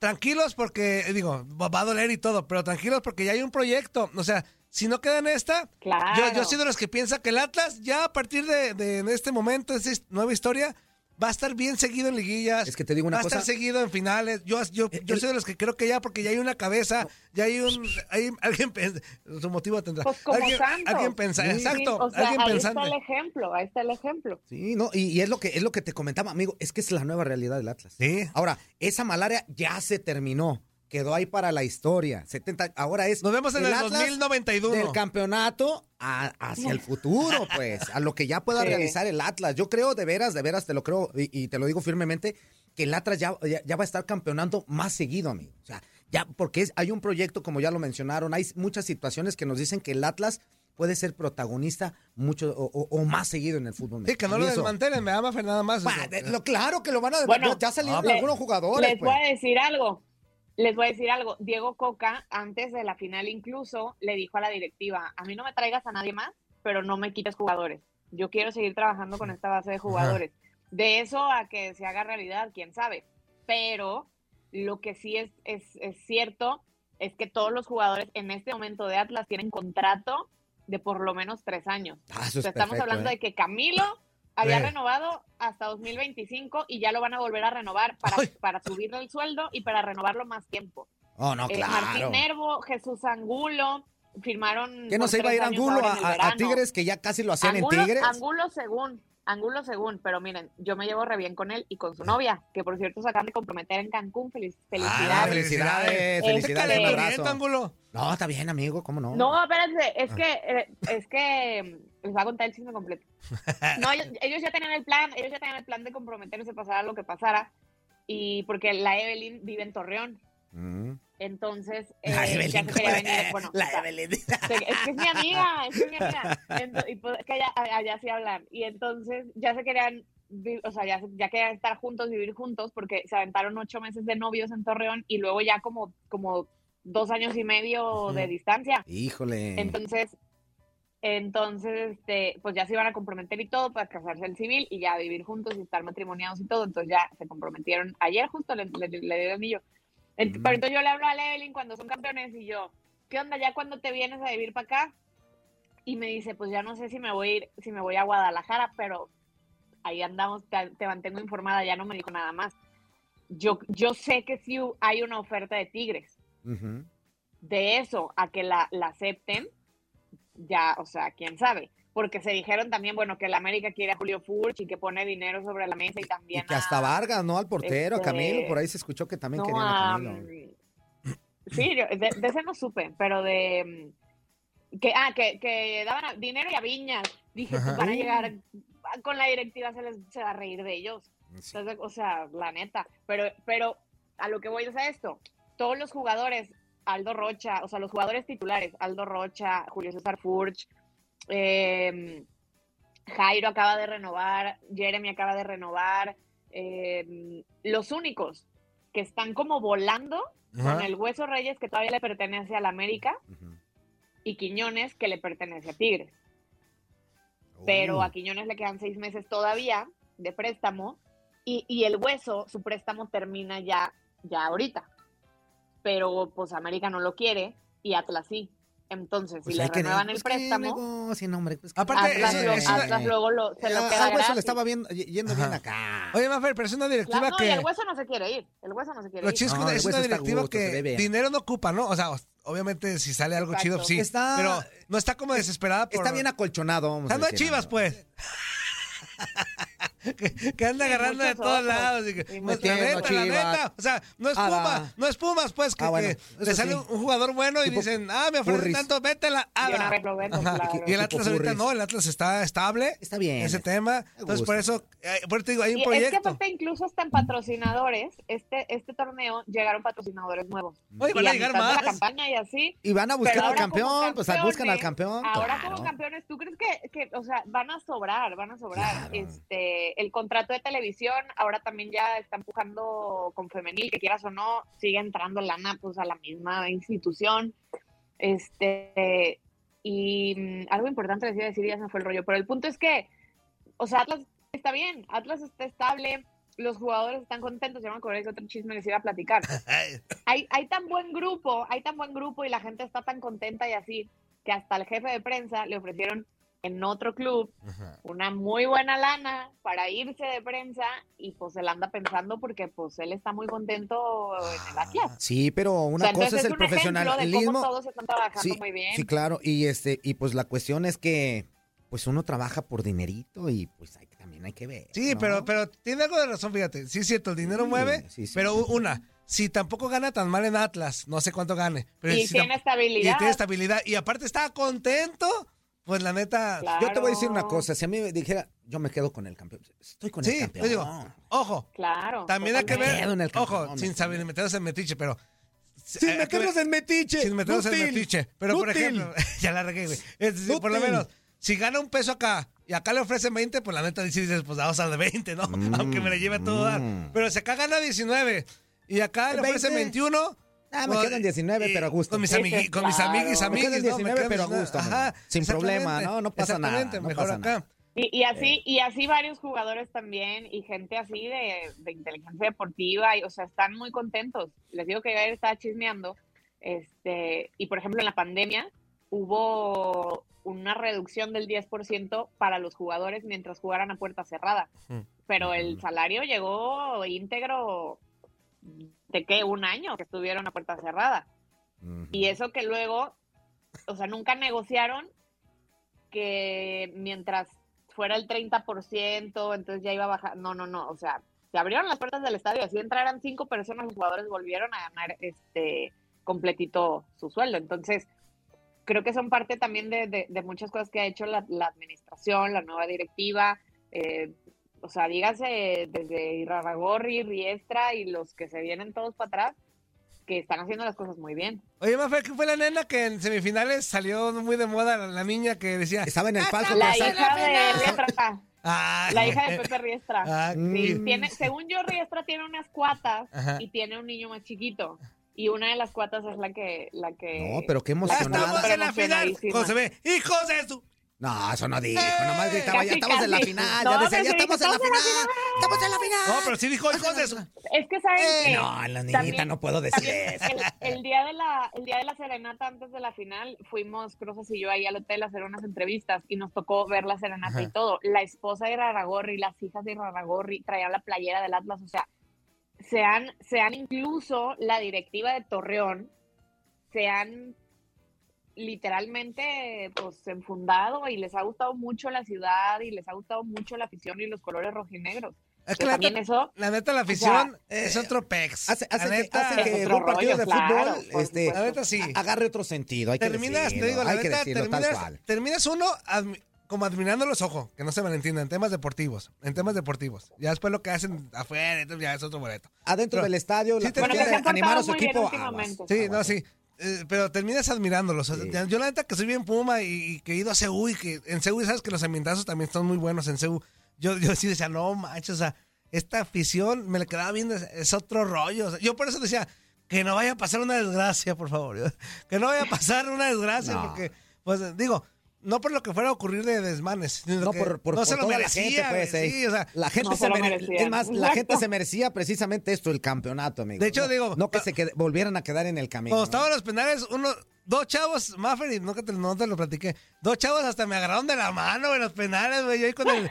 [SPEAKER 3] tranquilos porque, eh, digo, va va a doler y todo, pero tranquilos porque ya hay un proyecto. O sea, si no quedan esta,
[SPEAKER 5] Claro.
[SPEAKER 3] yo, yo soy de los que piensa que el Atlas ya a partir de, de- en este momento, esta his- nueva historia, va a estar bien seguido en liguillas.
[SPEAKER 4] Es que te digo una
[SPEAKER 3] va a
[SPEAKER 4] cosa. Eh,
[SPEAKER 3] estar seguido en finales. Yo, yo, yo
[SPEAKER 4] el-
[SPEAKER 3] soy de los que creo que ya, porque ya hay una cabeza, ya hay un... Hay, alguien pens- Su motivo tendrá.
[SPEAKER 5] Pues como
[SPEAKER 3] alguien,
[SPEAKER 5] Santos.
[SPEAKER 3] alguien pensa-
[SPEAKER 5] Sí,
[SPEAKER 3] exacto.
[SPEAKER 5] o sea,
[SPEAKER 3] alguien
[SPEAKER 5] ahí
[SPEAKER 3] pensando.
[SPEAKER 5] está el ejemplo, ahí está el ejemplo.
[SPEAKER 4] sí, no, y, y es lo que es lo que te comentaba, amigo, es que es la nueva realidad del Atlas.
[SPEAKER 3] Sí.
[SPEAKER 4] Ahora, esa malaria ya se terminó. Quedó ahí para la historia. 70, ahora es.
[SPEAKER 3] Nos vemos en el,
[SPEAKER 4] Atlas
[SPEAKER 3] 2091.
[SPEAKER 4] del campeonato a- hacia el futuro, pues, a lo que ya pueda
[SPEAKER 5] Sí.
[SPEAKER 4] realizar el Atlas. Yo creo, de veras, de veras, te lo creo y, y te lo digo firmemente, que el Atlas ya, ya, ya va a estar campeonando más seguido, amigo. O sea, ya, porque es- hay un proyecto, como ya lo mencionaron, hay muchas situaciones que nos dicen que el Atlas puede ser protagonista mucho o, o- o más seguido en el fútbol.
[SPEAKER 3] Sí, que no
[SPEAKER 4] mexicano.
[SPEAKER 3] lo
[SPEAKER 4] Y eso-
[SPEAKER 3] desmantelen, me ama nada más.
[SPEAKER 4] Bah,
[SPEAKER 3] eso.
[SPEAKER 4] de- lo- claro que lo van a
[SPEAKER 5] Bueno,
[SPEAKER 4] ya salieron
[SPEAKER 5] ah, le-
[SPEAKER 4] algunos jugadores.
[SPEAKER 5] Les
[SPEAKER 4] pues.
[SPEAKER 5] voy a decir algo. Les voy a decir algo. Diego Coca, antes de la final incluso, le dijo a la directiva, a mí no me traigas a nadie más, pero no me quites jugadores. Yo quiero seguir trabajando con esta base de jugadores. De eso a que se haga realidad, quién sabe. Pero lo que sí es, es, es cierto es que todos los jugadores en este momento de Atlas tienen contrato de por lo menos tres años.
[SPEAKER 4] Ah, eso
[SPEAKER 5] O
[SPEAKER 4] es
[SPEAKER 5] sea, estamos
[SPEAKER 4] perfecto,
[SPEAKER 5] hablando
[SPEAKER 4] ¿eh?
[SPEAKER 5] de que Camilo había
[SPEAKER 3] Sí.
[SPEAKER 5] renovado hasta 2025 y ya lo van a volver a renovar para,
[SPEAKER 3] Ay.
[SPEAKER 5] para subirle el sueldo y para renovarlo más tiempo.
[SPEAKER 4] Oh, no,
[SPEAKER 5] Eh,
[SPEAKER 4] claro.
[SPEAKER 5] Martín Nervo, Jesús Angulo, firmaron.
[SPEAKER 4] Que no
[SPEAKER 5] por
[SPEAKER 4] se iba a
[SPEAKER 5] tres
[SPEAKER 4] ir
[SPEAKER 5] años
[SPEAKER 4] Angulo
[SPEAKER 5] ahora
[SPEAKER 4] a,
[SPEAKER 5] en el
[SPEAKER 4] a- a
[SPEAKER 5] verano.
[SPEAKER 4] Tigres, que ya casi lo hacían
[SPEAKER 5] Angulo,
[SPEAKER 4] en Tigres.
[SPEAKER 5] Angulo según, Angulo según, pero miren, yo me llevo re bien con él y con su novia, que por cierto se acaban de comprometer en Cancún. Feliz,
[SPEAKER 3] Ah,
[SPEAKER 5] felicidades.
[SPEAKER 4] felicidades,
[SPEAKER 5] Este,
[SPEAKER 4] felicidades, un
[SPEAKER 3] Calenturiento,
[SPEAKER 4] abrazo.
[SPEAKER 3] Ángulo.
[SPEAKER 4] No, está bien, amigo, ¿cómo no? Ah.
[SPEAKER 5] No, espérense, es que, eh, es que mm, les voy a contar el chisme completo. No, ellos, ellos ya tenían el plan, ellos ya tenían el plan de comprometerse, pasara lo que pasara, y porque la Evelyn vive en Torreón,
[SPEAKER 4] Mm.
[SPEAKER 5] entonces eh,
[SPEAKER 4] La
[SPEAKER 5] ya
[SPEAKER 4] Evelyn,
[SPEAKER 5] se
[SPEAKER 4] ¿cómo
[SPEAKER 5] quería
[SPEAKER 4] es?
[SPEAKER 5] venir, bueno, o
[SPEAKER 4] La
[SPEAKER 5] sea,
[SPEAKER 4] Evelyn.
[SPEAKER 5] se- es que es mi amiga, es que es mi amiga, Ento- y pues, es que allá, allá sí hablan, y entonces ya se querían vi- o sea, ya, ya que estar juntos, vivir juntos, porque se aventaron ocho meses de novios en Torreón y luego ya como, como dos años y medio de distancia.
[SPEAKER 4] Híjole.
[SPEAKER 5] Entonces, entonces, este, pues ya se iban a comprometer y todo para casarse al civil y ya vivir juntos y estar matrimoniados y todo. Entonces ya se comprometieron. Ayer justo le, le, le dio el anillo. Ent- Pero entonces yo le hablo a la Evelyn cuando son campeones y yo, ¿qué onda? ¿Ya cuando te vienes a vivir para acá? Y me dice, pues ya no sé si me voy a ir, si me voy a Guadalajara, pero ahí andamos, te, te mantengo informada, ya no me dijo nada más. Yo, yo sé que sí hu- hay una oferta de Tigres
[SPEAKER 4] Ujú.
[SPEAKER 5] de eso a que la, la acepten, ya, o sea, quién sabe. Porque se dijeron también, bueno, que la América quiere a Julio Furch y que pone dinero sobre la mesa y también.
[SPEAKER 4] Y que hasta
[SPEAKER 5] a-
[SPEAKER 4] Vargas, ¿no? Al portero, a
[SPEAKER 5] ah, este,
[SPEAKER 4] Camilo. Por ahí se escuchó que también
[SPEAKER 5] no,
[SPEAKER 4] querían a
[SPEAKER 5] a-
[SPEAKER 4] Camilo.
[SPEAKER 5] Sí, yo- de, de ese no supe, pero de. mm, Que, ah, que, que daban a- dinero y a viñas. Dije, pues van a llegar ah, con la directiva, se les se va a reír de ellos.
[SPEAKER 4] Sí.
[SPEAKER 5] Estás de- O sea, la neta. Pero, pero a lo que voy es a esto. Todos los jugadores, Aldo Rocha, o sea, los jugadores titulares, Aldo Rocha, Julio César Furch, eh, Jairo acaba de renovar, Jeremy acaba de renovar. eh, los únicos que están como volando con
[SPEAKER 3] Ajá.
[SPEAKER 5] el Hueso Reyes, que todavía le pertenece al América,
[SPEAKER 4] Ujú.
[SPEAKER 5] y Quiñones, que le pertenece a Tigres
[SPEAKER 4] Oh.
[SPEAKER 5] pero a Quiñones le quedan seis meses todavía de préstamo y, y el hueso, su préstamo termina ya, ya ahorita. Pero pues América no lo quiere y Atlas sí. Entonces,
[SPEAKER 4] Pues
[SPEAKER 5] si le
[SPEAKER 4] hay que
[SPEAKER 5] renuevan
[SPEAKER 4] ver,
[SPEAKER 5] el
[SPEAKER 4] pues, ¿qué
[SPEAKER 5] préstamo,
[SPEAKER 4] negocien, hombre? Pues, ¿qué
[SPEAKER 3] Aparte,
[SPEAKER 5] Atlas,
[SPEAKER 3] eso-
[SPEAKER 5] lo-
[SPEAKER 3] eso-
[SPEAKER 5] Atlas luego lo, se lo
[SPEAKER 4] Ah,
[SPEAKER 5] queda
[SPEAKER 4] al hueso
[SPEAKER 5] gratis.
[SPEAKER 4] le estaba viendo- y- yendo bien
[SPEAKER 3] Ajá.
[SPEAKER 4] acá.
[SPEAKER 3] Oye, Mafer, pero es una directiva
[SPEAKER 5] Claro, no,
[SPEAKER 3] que.
[SPEAKER 5] y el hueso no se quiere ir. El hueso no se quiere
[SPEAKER 3] Lo
[SPEAKER 5] ir.
[SPEAKER 3] chido es que
[SPEAKER 4] No, el
[SPEAKER 3] es
[SPEAKER 4] hueso
[SPEAKER 3] una
[SPEAKER 4] está a
[SPEAKER 3] directiva
[SPEAKER 4] gusto, se
[SPEAKER 3] que
[SPEAKER 4] debe.
[SPEAKER 3] dinero no ocupa, ¿no? O sea, os- obviamente si sale algo
[SPEAKER 5] Exacto.
[SPEAKER 3] chido, sí.
[SPEAKER 4] Está-
[SPEAKER 3] pero no está como desesperada por...
[SPEAKER 4] Está bien acolchonado, vamos a
[SPEAKER 3] Ando a
[SPEAKER 4] decir,
[SPEAKER 3] chivas,
[SPEAKER 4] ¿no?
[SPEAKER 3] pues. que, que anda
[SPEAKER 5] Y
[SPEAKER 3] agarrando de
[SPEAKER 5] muchos
[SPEAKER 3] todos
[SPEAKER 5] otros.
[SPEAKER 3] lados. y que,
[SPEAKER 5] Y
[SPEAKER 3] pues, la
[SPEAKER 4] metiendo
[SPEAKER 3] neta, la
[SPEAKER 4] Chivas.
[SPEAKER 3] neta. O sea, no es
[SPEAKER 4] Ah,
[SPEAKER 3] Pumas,
[SPEAKER 4] va.
[SPEAKER 3] no es Pumas, pues, que,
[SPEAKER 4] Ah, bueno,
[SPEAKER 3] que
[SPEAKER 4] eso
[SPEAKER 3] le sale
[SPEAKER 4] sí.
[SPEAKER 3] un un jugador bueno y
[SPEAKER 4] Tipo
[SPEAKER 3] dicen, ah, me ofrecen
[SPEAKER 4] Furries.
[SPEAKER 3] tanto, vétela. Ah,
[SPEAKER 5] Y
[SPEAKER 3] va.
[SPEAKER 5] una vez lo vendo,
[SPEAKER 3] Ajá.
[SPEAKER 5] claro.
[SPEAKER 3] Y el
[SPEAKER 4] Tipo
[SPEAKER 3] Atlas ahorita
[SPEAKER 4] Furries.
[SPEAKER 3] no, el Atlas está estable.
[SPEAKER 4] Está bien.
[SPEAKER 3] Ese tema. Entonces, por eso, eh, por eso te digo, hay un
[SPEAKER 5] Y es que
[SPEAKER 3] proyecto.
[SPEAKER 5] aparte incluso hasta en patrocinadores, este, este torneo llegaron patrocinadores nuevos.
[SPEAKER 3] Oye, van
[SPEAKER 5] y
[SPEAKER 3] a llegar
[SPEAKER 5] mitad de la
[SPEAKER 3] más.
[SPEAKER 5] campaña y así,
[SPEAKER 4] Y van a buscar
[SPEAKER 5] Pero
[SPEAKER 4] al
[SPEAKER 5] ahora
[SPEAKER 4] campeón,
[SPEAKER 5] como
[SPEAKER 4] pues ah, buscan al
[SPEAKER 5] campeones,
[SPEAKER 4] campeón.
[SPEAKER 5] Ahora
[SPEAKER 4] claro.
[SPEAKER 5] como campeones, ¿tú crees que, que, o sea, van a sobrar, van a sobrar?
[SPEAKER 4] Claro.
[SPEAKER 5] Este, el contrato de televisión, ahora también ya está empujando con femenil, que quieras o no, sigue entrando lana pues a la misma institución. Este, y mm, algo importante les iba a decir, ya se me fue el rollo, pero el punto es que, o sea, Atlas está bien, Atlas está estable, los jugadores están contentos, ya me acordé que otro chisme les iba a platicar hay, hay tan buen grupo, hay tan buen grupo y la gente está tan contenta y así, que hasta el jefe de prensa le ofrecieron en otro club una muy buena lana para irse de prensa y pues él anda pensando porque pues él está muy contento en el Atlas.
[SPEAKER 4] Sí, pero
[SPEAKER 5] O
[SPEAKER 4] Ah, una
[SPEAKER 5] sea,
[SPEAKER 4] cosa
[SPEAKER 5] entonces
[SPEAKER 4] es el
[SPEAKER 5] un ejemplo De cómo
[SPEAKER 4] profesionalismo.
[SPEAKER 5] todos están trabajando
[SPEAKER 4] Sí,
[SPEAKER 5] muy bien.
[SPEAKER 4] sí, claro. Y este, y pues la cuestión es que, pues uno trabaja por dinerito y pues hay- también hay que ver.
[SPEAKER 3] Sí,
[SPEAKER 4] ¿no?
[SPEAKER 3] pero, pero tiene algo de razón, fíjate. Sí, es cierto, el dinero
[SPEAKER 4] Sí,
[SPEAKER 3] mueve,
[SPEAKER 4] sí, sí.
[SPEAKER 3] pero u- una, si tampoco gana tan mal en Atlas, no sé cuánto gane. Pero
[SPEAKER 5] y
[SPEAKER 3] si
[SPEAKER 5] tiene
[SPEAKER 3] tam-
[SPEAKER 5] estabilidad.
[SPEAKER 3] y tiene estabilidad. Y aparte está contento, pues la neta.
[SPEAKER 4] Yo te voy a decir una
[SPEAKER 5] Claro,
[SPEAKER 4] cosa. Si a mí me dijera, yo me quedo con el campeón. Estoy con
[SPEAKER 3] Sí,
[SPEAKER 4] el
[SPEAKER 3] yo
[SPEAKER 4] campeón.
[SPEAKER 3] digo, Ojo,
[SPEAKER 5] Claro.
[SPEAKER 3] también hay que
[SPEAKER 5] totalmente.
[SPEAKER 3] ver.
[SPEAKER 4] Quedo en el
[SPEAKER 3] ojo,
[SPEAKER 4] campeón,
[SPEAKER 3] sin
[SPEAKER 4] me
[SPEAKER 3] saber
[SPEAKER 4] quedo.
[SPEAKER 3] meterse en metiche, pero.
[SPEAKER 4] Sin
[SPEAKER 3] hay que
[SPEAKER 4] meternos
[SPEAKER 3] ver-
[SPEAKER 4] en metiche.
[SPEAKER 3] Sin meternos en
[SPEAKER 4] Útil.
[SPEAKER 3] metiche. Pero por
[SPEAKER 4] Útil.
[SPEAKER 3] ejemplo, ya la regué, güey. Es decir, por lo
[SPEAKER 4] Útil.
[SPEAKER 3] menos, si gana un peso acá y acá le ofrecen 20, pues la neta sí dices, pues vamos al de 20, ¿no?
[SPEAKER 4] Mm,
[SPEAKER 3] Aunque me la lleve a todo dar.
[SPEAKER 4] mm.
[SPEAKER 3] Pero si acá gana 19 y acá le
[SPEAKER 4] 20.
[SPEAKER 3] ofrecen 21.
[SPEAKER 4] Ah, me
[SPEAKER 3] pues,
[SPEAKER 4] quedan 19,
[SPEAKER 3] eh,
[SPEAKER 4] pero a gusto.
[SPEAKER 3] Con mis,
[SPEAKER 5] Sí,
[SPEAKER 3] amigui- con mis
[SPEAKER 5] claro.
[SPEAKER 3] amiguis,
[SPEAKER 5] Me
[SPEAKER 3] amiguis.
[SPEAKER 4] quedan
[SPEAKER 3] ¿no? Me
[SPEAKER 4] 19, pero a
[SPEAKER 3] 19.
[SPEAKER 4] gusto,
[SPEAKER 3] Ajá,
[SPEAKER 4] amigo. Sin
[SPEAKER 3] exactamente,
[SPEAKER 4] problema, ¿no? No pasa nada,
[SPEAKER 3] exactamente,
[SPEAKER 4] no
[SPEAKER 3] mejor
[SPEAKER 4] pasa
[SPEAKER 3] acá.
[SPEAKER 4] nada.
[SPEAKER 5] Y, y
[SPEAKER 3] Eh.
[SPEAKER 5] así, y así varios jugadores también, y gente así de, de inteligencia deportiva, y, o sea, están muy contentos. Les digo que ayer estaba chismeando, este, y por ejemplo en la pandemia hubo una reducción del 10% para los jugadores mientras jugaran a puerta cerrada,
[SPEAKER 3] Mm.
[SPEAKER 5] pero el salario llegó íntegro de que un año que estuvieron a puerta cerrada.
[SPEAKER 4] Ujú.
[SPEAKER 5] Y eso que luego, o sea, nunca negociaron que mientras fuera el 30%, entonces ya iba a bajar. No, no, no, o sea, se abrieron las puertas del estadio, así entraran cinco personas, los jugadores volvieron a ganar este completito su sueldo. Entonces, creo que son parte también de, de- de muchas cosas que ha hecho la, la administración, la nueva directiva, eh, o sea, dígase desde Irarragorri, Riestra y los que se vienen todos para atrás, que están haciendo las cosas muy bien.
[SPEAKER 3] Oye, Mafer, ¿qué fue la nena que en semifinales salió muy de moda la, la niña que decía.
[SPEAKER 4] Estaba en el palco.
[SPEAKER 5] La
[SPEAKER 4] pero-
[SPEAKER 5] hija de Letra.
[SPEAKER 3] Ah,
[SPEAKER 5] La hija de Pepe Riestra.
[SPEAKER 3] Ah,
[SPEAKER 5] Sí,
[SPEAKER 3] mm.
[SPEAKER 5] tiene, según yo, Riestra tiene unas cuatas
[SPEAKER 3] Ajá.
[SPEAKER 5] y tiene un niño más chiquito. Y una de las cuatas es la que. La que
[SPEAKER 4] No, pero qué
[SPEAKER 3] Estamos
[SPEAKER 4] emocionada.
[SPEAKER 3] en la final.
[SPEAKER 5] Promocionadísima.
[SPEAKER 3] Cuando se ve, hijos de su.
[SPEAKER 4] No, eso no dijo. Nomás gritaba, ya
[SPEAKER 5] Casi,
[SPEAKER 4] estamos en la
[SPEAKER 5] casi.
[SPEAKER 4] final.
[SPEAKER 5] No,
[SPEAKER 4] Ya
[SPEAKER 5] pero
[SPEAKER 4] decía, ya
[SPEAKER 5] sí dijo,
[SPEAKER 4] estamos en la
[SPEAKER 5] "Estamos en la
[SPEAKER 4] final. Estamos en la final.
[SPEAKER 3] No, pero sí dijo, hijos de su.
[SPEAKER 5] Es que saben que.
[SPEAKER 4] Eh, No, la niñita
[SPEAKER 5] también-
[SPEAKER 4] no puedo decir
[SPEAKER 5] también
[SPEAKER 4] eso.
[SPEAKER 5] El, el día de la, el día de la serenata antes de la final, fuimos Crozas y yo ahí al hotel a hacer unas entrevistas y nos tocó ver la serenata y todo. La esposa de Raragorri, las hijas de Raragorri traían la playera del Atlas, o sea, se han, se han incluso la directiva de Torreón, se han literalmente pues enfundado y les ha gustado mucho la ciudad y les ha gustado mucho la afición y los colores rojinegros.
[SPEAKER 3] Es
[SPEAKER 5] Que
[SPEAKER 3] que la
[SPEAKER 5] también
[SPEAKER 3] neta,
[SPEAKER 5] eso
[SPEAKER 3] la neta, la afición es otro pex.
[SPEAKER 4] eh, Hace, hace
[SPEAKER 3] la
[SPEAKER 4] que,
[SPEAKER 3] neta,
[SPEAKER 4] hace que
[SPEAKER 5] Es
[SPEAKER 4] un
[SPEAKER 5] otro
[SPEAKER 4] partido de
[SPEAKER 5] rollo, claro, pues.
[SPEAKER 4] fútbol
[SPEAKER 5] por
[SPEAKER 4] este,
[SPEAKER 3] la neta sí.
[SPEAKER 4] a- agarre otro sentido. Hay que
[SPEAKER 3] terminas,
[SPEAKER 4] decirlo,
[SPEAKER 3] te digo, la
[SPEAKER 4] hay que
[SPEAKER 3] neta,
[SPEAKER 4] decirlo tal
[SPEAKER 3] terminas,
[SPEAKER 4] cual.
[SPEAKER 3] terminas uno admi- como admirando los ojos, que no se malentienda, en temas deportivos, en temas deportivos. Ya después lo que hacen afuera, entonces ya es otro boleto.
[SPEAKER 4] Adentro
[SPEAKER 3] Pero-
[SPEAKER 4] del estadio,
[SPEAKER 3] Sí,
[SPEAKER 4] la
[SPEAKER 3] te-
[SPEAKER 4] gente
[SPEAKER 3] Bueno, que se han
[SPEAKER 4] quiere
[SPEAKER 5] portado
[SPEAKER 4] animar a su
[SPEAKER 5] muy bien
[SPEAKER 4] equipo.
[SPEAKER 5] últimamente.
[SPEAKER 3] Sí,
[SPEAKER 4] aguas.
[SPEAKER 3] no, sí. Eh, pero terminas admirándolos. O sea,
[SPEAKER 4] Ah, Sí.
[SPEAKER 3] Yo la neta que soy bien Puma y, y que he ido a Seúl y que en Seúl sabes que los ambientazos también son muy buenos en Seúl. Yo, yo sí decía, no manches, o sea, esta afición me la quedaba viendo, es- es otro rollo. O sea, yo por eso decía, que no vaya a pasar una desgracia, por favor. Yo, Que no vaya a pasar una desgracia,
[SPEAKER 4] No.
[SPEAKER 3] porque, pues digo, no por lo que fuera a ocurrir de desmanes, sino
[SPEAKER 4] No
[SPEAKER 3] que
[SPEAKER 4] por, por,
[SPEAKER 3] no
[SPEAKER 4] por
[SPEAKER 3] se lo
[SPEAKER 4] toda
[SPEAKER 3] merecía.
[SPEAKER 4] la gente, pues,
[SPEAKER 3] güey,
[SPEAKER 4] eh.
[SPEAKER 3] sí, o sea,
[SPEAKER 4] la gente
[SPEAKER 5] No
[SPEAKER 4] se,
[SPEAKER 5] se lo
[SPEAKER 4] mere-
[SPEAKER 5] merecía.
[SPEAKER 4] Es más, la
[SPEAKER 5] Exacto.
[SPEAKER 4] gente se merecía precisamente esto, el campeonato, amigo.
[SPEAKER 3] De hecho,
[SPEAKER 4] No-
[SPEAKER 3] digo,
[SPEAKER 4] No que
[SPEAKER 3] pa-
[SPEAKER 4] se qued- volvieran a quedar en el camino.
[SPEAKER 3] Cuando
[SPEAKER 4] ¿no?
[SPEAKER 3] estaban los penales, uno, dos chavos, Maffer, y nunca te, no te lo platiqué. Dos chavos hasta me agarraron de la mano en los penales, güey. Yo, ahí con el-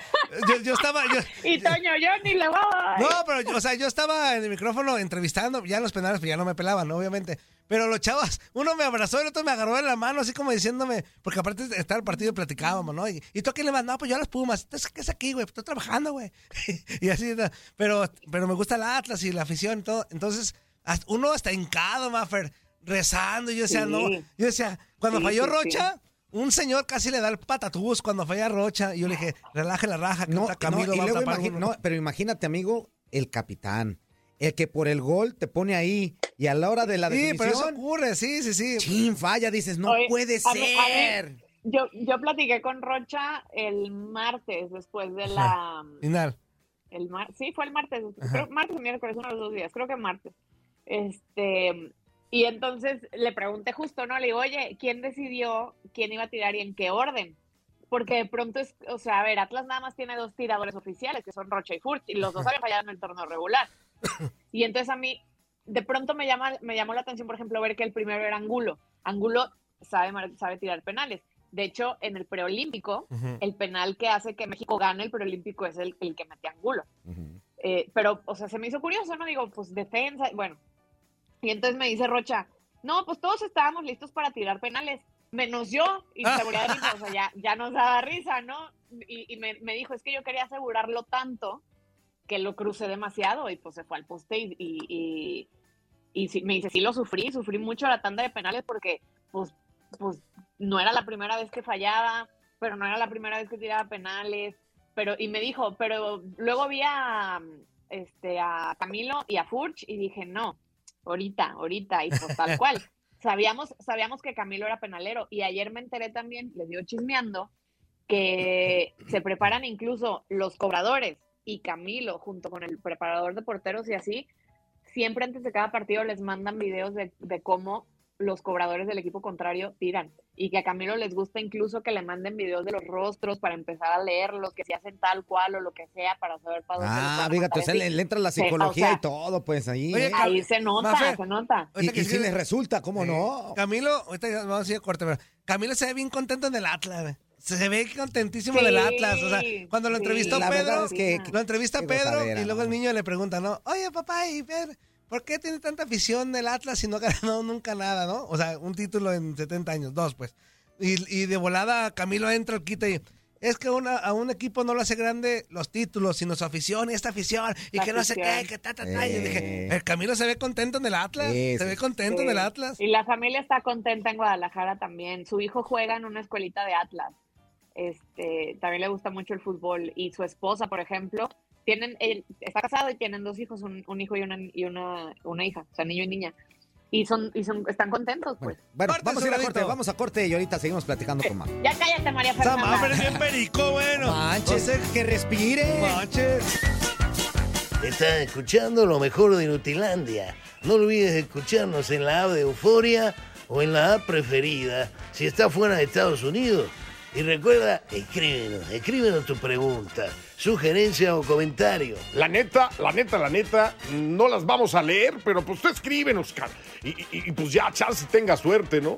[SPEAKER 3] yo, yo estaba. Yo,
[SPEAKER 5] Y Toño, yo ni le voy.
[SPEAKER 3] no, pero, yo- o sea, yo estaba en el micrófono entrevistando, ya en los penales, pues ya no me pelaban, ¿no? obviamente. Pero los chavos, uno me abrazó, el otro me agarró de la mano, así como diciéndome, porque aparte de estar el partido platicábamos, ¿no? Y, y tú aquí le mandas, no, pues yo a las Pumas, entonces, ¿qué es aquí, güey? Pues Estoy trabajando, güey. y así, ¿no? pero, pero me gusta el Atlas y la afición y todo. Entonces, hasta- uno hasta hincado, Maffer, rezando, y yo decía,
[SPEAKER 5] Sí.
[SPEAKER 3] no, yo decía, cuando
[SPEAKER 5] Sí,
[SPEAKER 3] falló
[SPEAKER 5] sí,
[SPEAKER 3] Rocha, un señor casi le da el patatús cuando falla Rocha, y yo le dije, relaje la raja, que
[SPEAKER 4] No,
[SPEAKER 3] está Camilo,
[SPEAKER 4] no, y
[SPEAKER 3] va a
[SPEAKER 4] luego
[SPEAKER 3] tapar
[SPEAKER 4] imagi-
[SPEAKER 3] uno".
[SPEAKER 4] no, pero imagínate, amigo, el capitán. El que por el gol te pone ahí y a la hora de la
[SPEAKER 3] Sí, pero eso
[SPEAKER 4] definición,
[SPEAKER 3] ocurre, sí, sí, sí.
[SPEAKER 4] chin, falla, dices, no
[SPEAKER 5] Oye,
[SPEAKER 4] puede
[SPEAKER 5] a mí- a mí-
[SPEAKER 4] ser.
[SPEAKER 5] Yo, yo platiqué con Rocha el martes después de la...
[SPEAKER 3] Final.
[SPEAKER 5] El mar, sí, fue el martes. Creo, martes o miércoles, uno de los dos días. Creo que martes. Este, y entonces le pregunté justo, ¿no? Le digo, oye, ¿quién decidió quién iba a tirar y en qué orden? Porque de pronto es, o sea, a ver, Atlas nada más tiene dos tiradores oficiales, que son Rocha y Furt, y los dos habían fallado en el torneo regular. Y entonces a mí, de pronto me, llama, me llamó la atención, por ejemplo, ver que el primero era Angulo. Angulo sabe, mar- sabe tirar penales. De hecho, en el preolímpico, el penal que hace que México gane el preolímpico es el, el que mete Angulo. Eh, pero, o sea, se me hizo curioso, ¿no? Digo, pues defensa, bueno. Y entonces me dice Rocha, no, pues todos estábamos listos para tirar penales, menos yo. Y se moría de risa, o sea, ya, ya nos daba risa, ¿no? Y, y me, me dijo, es que yo quería asegurarlo tanto que lo crucé demasiado y pues se fue al poste y, y, y- y sí, me dice, sí lo sufrí, sufrí mucho la tanda de penales porque pues, pues no era la primera vez que fallaba, pero no era la primera vez que tiraba penales, pero y me dijo, pero luego vi a, este, a Camilo y a Furch y dije, no, ahorita, ahorita, y pues tal cual. Sabíamos, sabíamos que Camilo era penalero y ayer me enteré también, les dio chismeando, que se preparan incluso los cobradores y Camilo junto con el preparador de porteros y así, siempre antes de cada partido les mandan videos de, de cómo los cobradores del equipo contrario tiran y que a Camilo les gusta incluso que le manden videos de los rostros para empezar a leerlos, que si hacen tal cual o lo que sea para saber para dónde los van
[SPEAKER 4] Ah,
[SPEAKER 5] a
[SPEAKER 4] fíjate,
[SPEAKER 5] mandar,
[SPEAKER 4] o sea,
[SPEAKER 5] en
[SPEAKER 4] le,
[SPEAKER 5] fin.
[SPEAKER 4] le entra la
[SPEAKER 5] Sí, o
[SPEAKER 4] psicología
[SPEAKER 5] sea,
[SPEAKER 4] y todo, pues ahí.
[SPEAKER 3] Oye,
[SPEAKER 4] ¿eh?
[SPEAKER 3] Cam-
[SPEAKER 5] Ahí se nota,
[SPEAKER 3] Mafe.
[SPEAKER 5] se nota.
[SPEAKER 3] Ahorita
[SPEAKER 4] y y
[SPEAKER 3] que
[SPEAKER 4] sí
[SPEAKER 3] sigue-
[SPEAKER 4] les resulta, ¿cómo no?
[SPEAKER 3] Camilo, ahorita ya vamos a ir a corte, pero Camilo se ve bien contento en el Atlas, güey. Se ve contentísimo
[SPEAKER 5] Sí,
[SPEAKER 3] del Atlas. O sea, cuando lo
[SPEAKER 5] sí.
[SPEAKER 3] entrevistó
[SPEAKER 4] La
[SPEAKER 3] Pedro,
[SPEAKER 4] verdad es que-
[SPEAKER 3] lo entrevista
[SPEAKER 4] qué
[SPEAKER 3] Pedro
[SPEAKER 4] gozadera,
[SPEAKER 3] y luego el
[SPEAKER 4] ¿no?
[SPEAKER 3] niño le pregunta, ¿no? Oye, papá, y Pedro, ¿por qué tiene tanta afición del Atlas si no ha ganado nunca nada, no? O sea, un título en 70 años, dos, pues. Y, y de volada Camilo entra al quita y. Es que una- a un equipo no lo hace grande los títulos, sino su afición y esta afición, y
[SPEAKER 5] La
[SPEAKER 3] que no sé qué,
[SPEAKER 5] afición.
[SPEAKER 3] que ta, ta, ta. Y yo dije,
[SPEAKER 4] Eh.
[SPEAKER 3] el Camilo se ve contento en el Atlas,
[SPEAKER 4] Sí,
[SPEAKER 3] se
[SPEAKER 4] sí,
[SPEAKER 3] ve
[SPEAKER 4] sí.
[SPEAKER 3] contento
[SPEAKER 5] Sí.
[SPEAKER 3] en el Atlas.
[SPEAKER 5] Y la familia está contenta en Guadalajara también. Su hijo juega en una escuelita de Atlas. Este, también le gusta mucho el fútbol. Y su esposa, por ejemplo, tienen, él está casado y tienen dos hijos, un, un hijo y una, y una, una hija, o sea, niño y niña. y son, y son, están contentos, pues.
[SPEAKER 4] Bueno,
[SPEAKER 3] Corte,
[SPEAKER 4] vamos a ir a
[SPEAKER 3] sobradito.
[SPEAKER 4] corte, vamos a corte y ahorita seguimos platicando con Mar.
[SPEAKER 5] Ya cállate, María
[SPEAKER 3] Esa
[SPEAKER 5] Fernanda.
[SPEAKER 3] madre Ah, es bien perico, bueno.
[SPEAKER 4] Manches, que respire.
[SPEAKER 3] Manches.
[SPEAKER 2] Estás escuchando lo mejor de Nutilandia. No olvides escucharnos en la app de Euforia o en la app preferida si estás fuera de Estados Unidos. Y recuerda, escríbenos, escríbenos tu pregunta, sugerencia o comentario.
[SPEAKER 1] La neta, la neta, la neta, no las vamos a leer, pero pues tú escríbenos, Oscar. Y, y- y pues ya, chance tenga suerte, ¿no?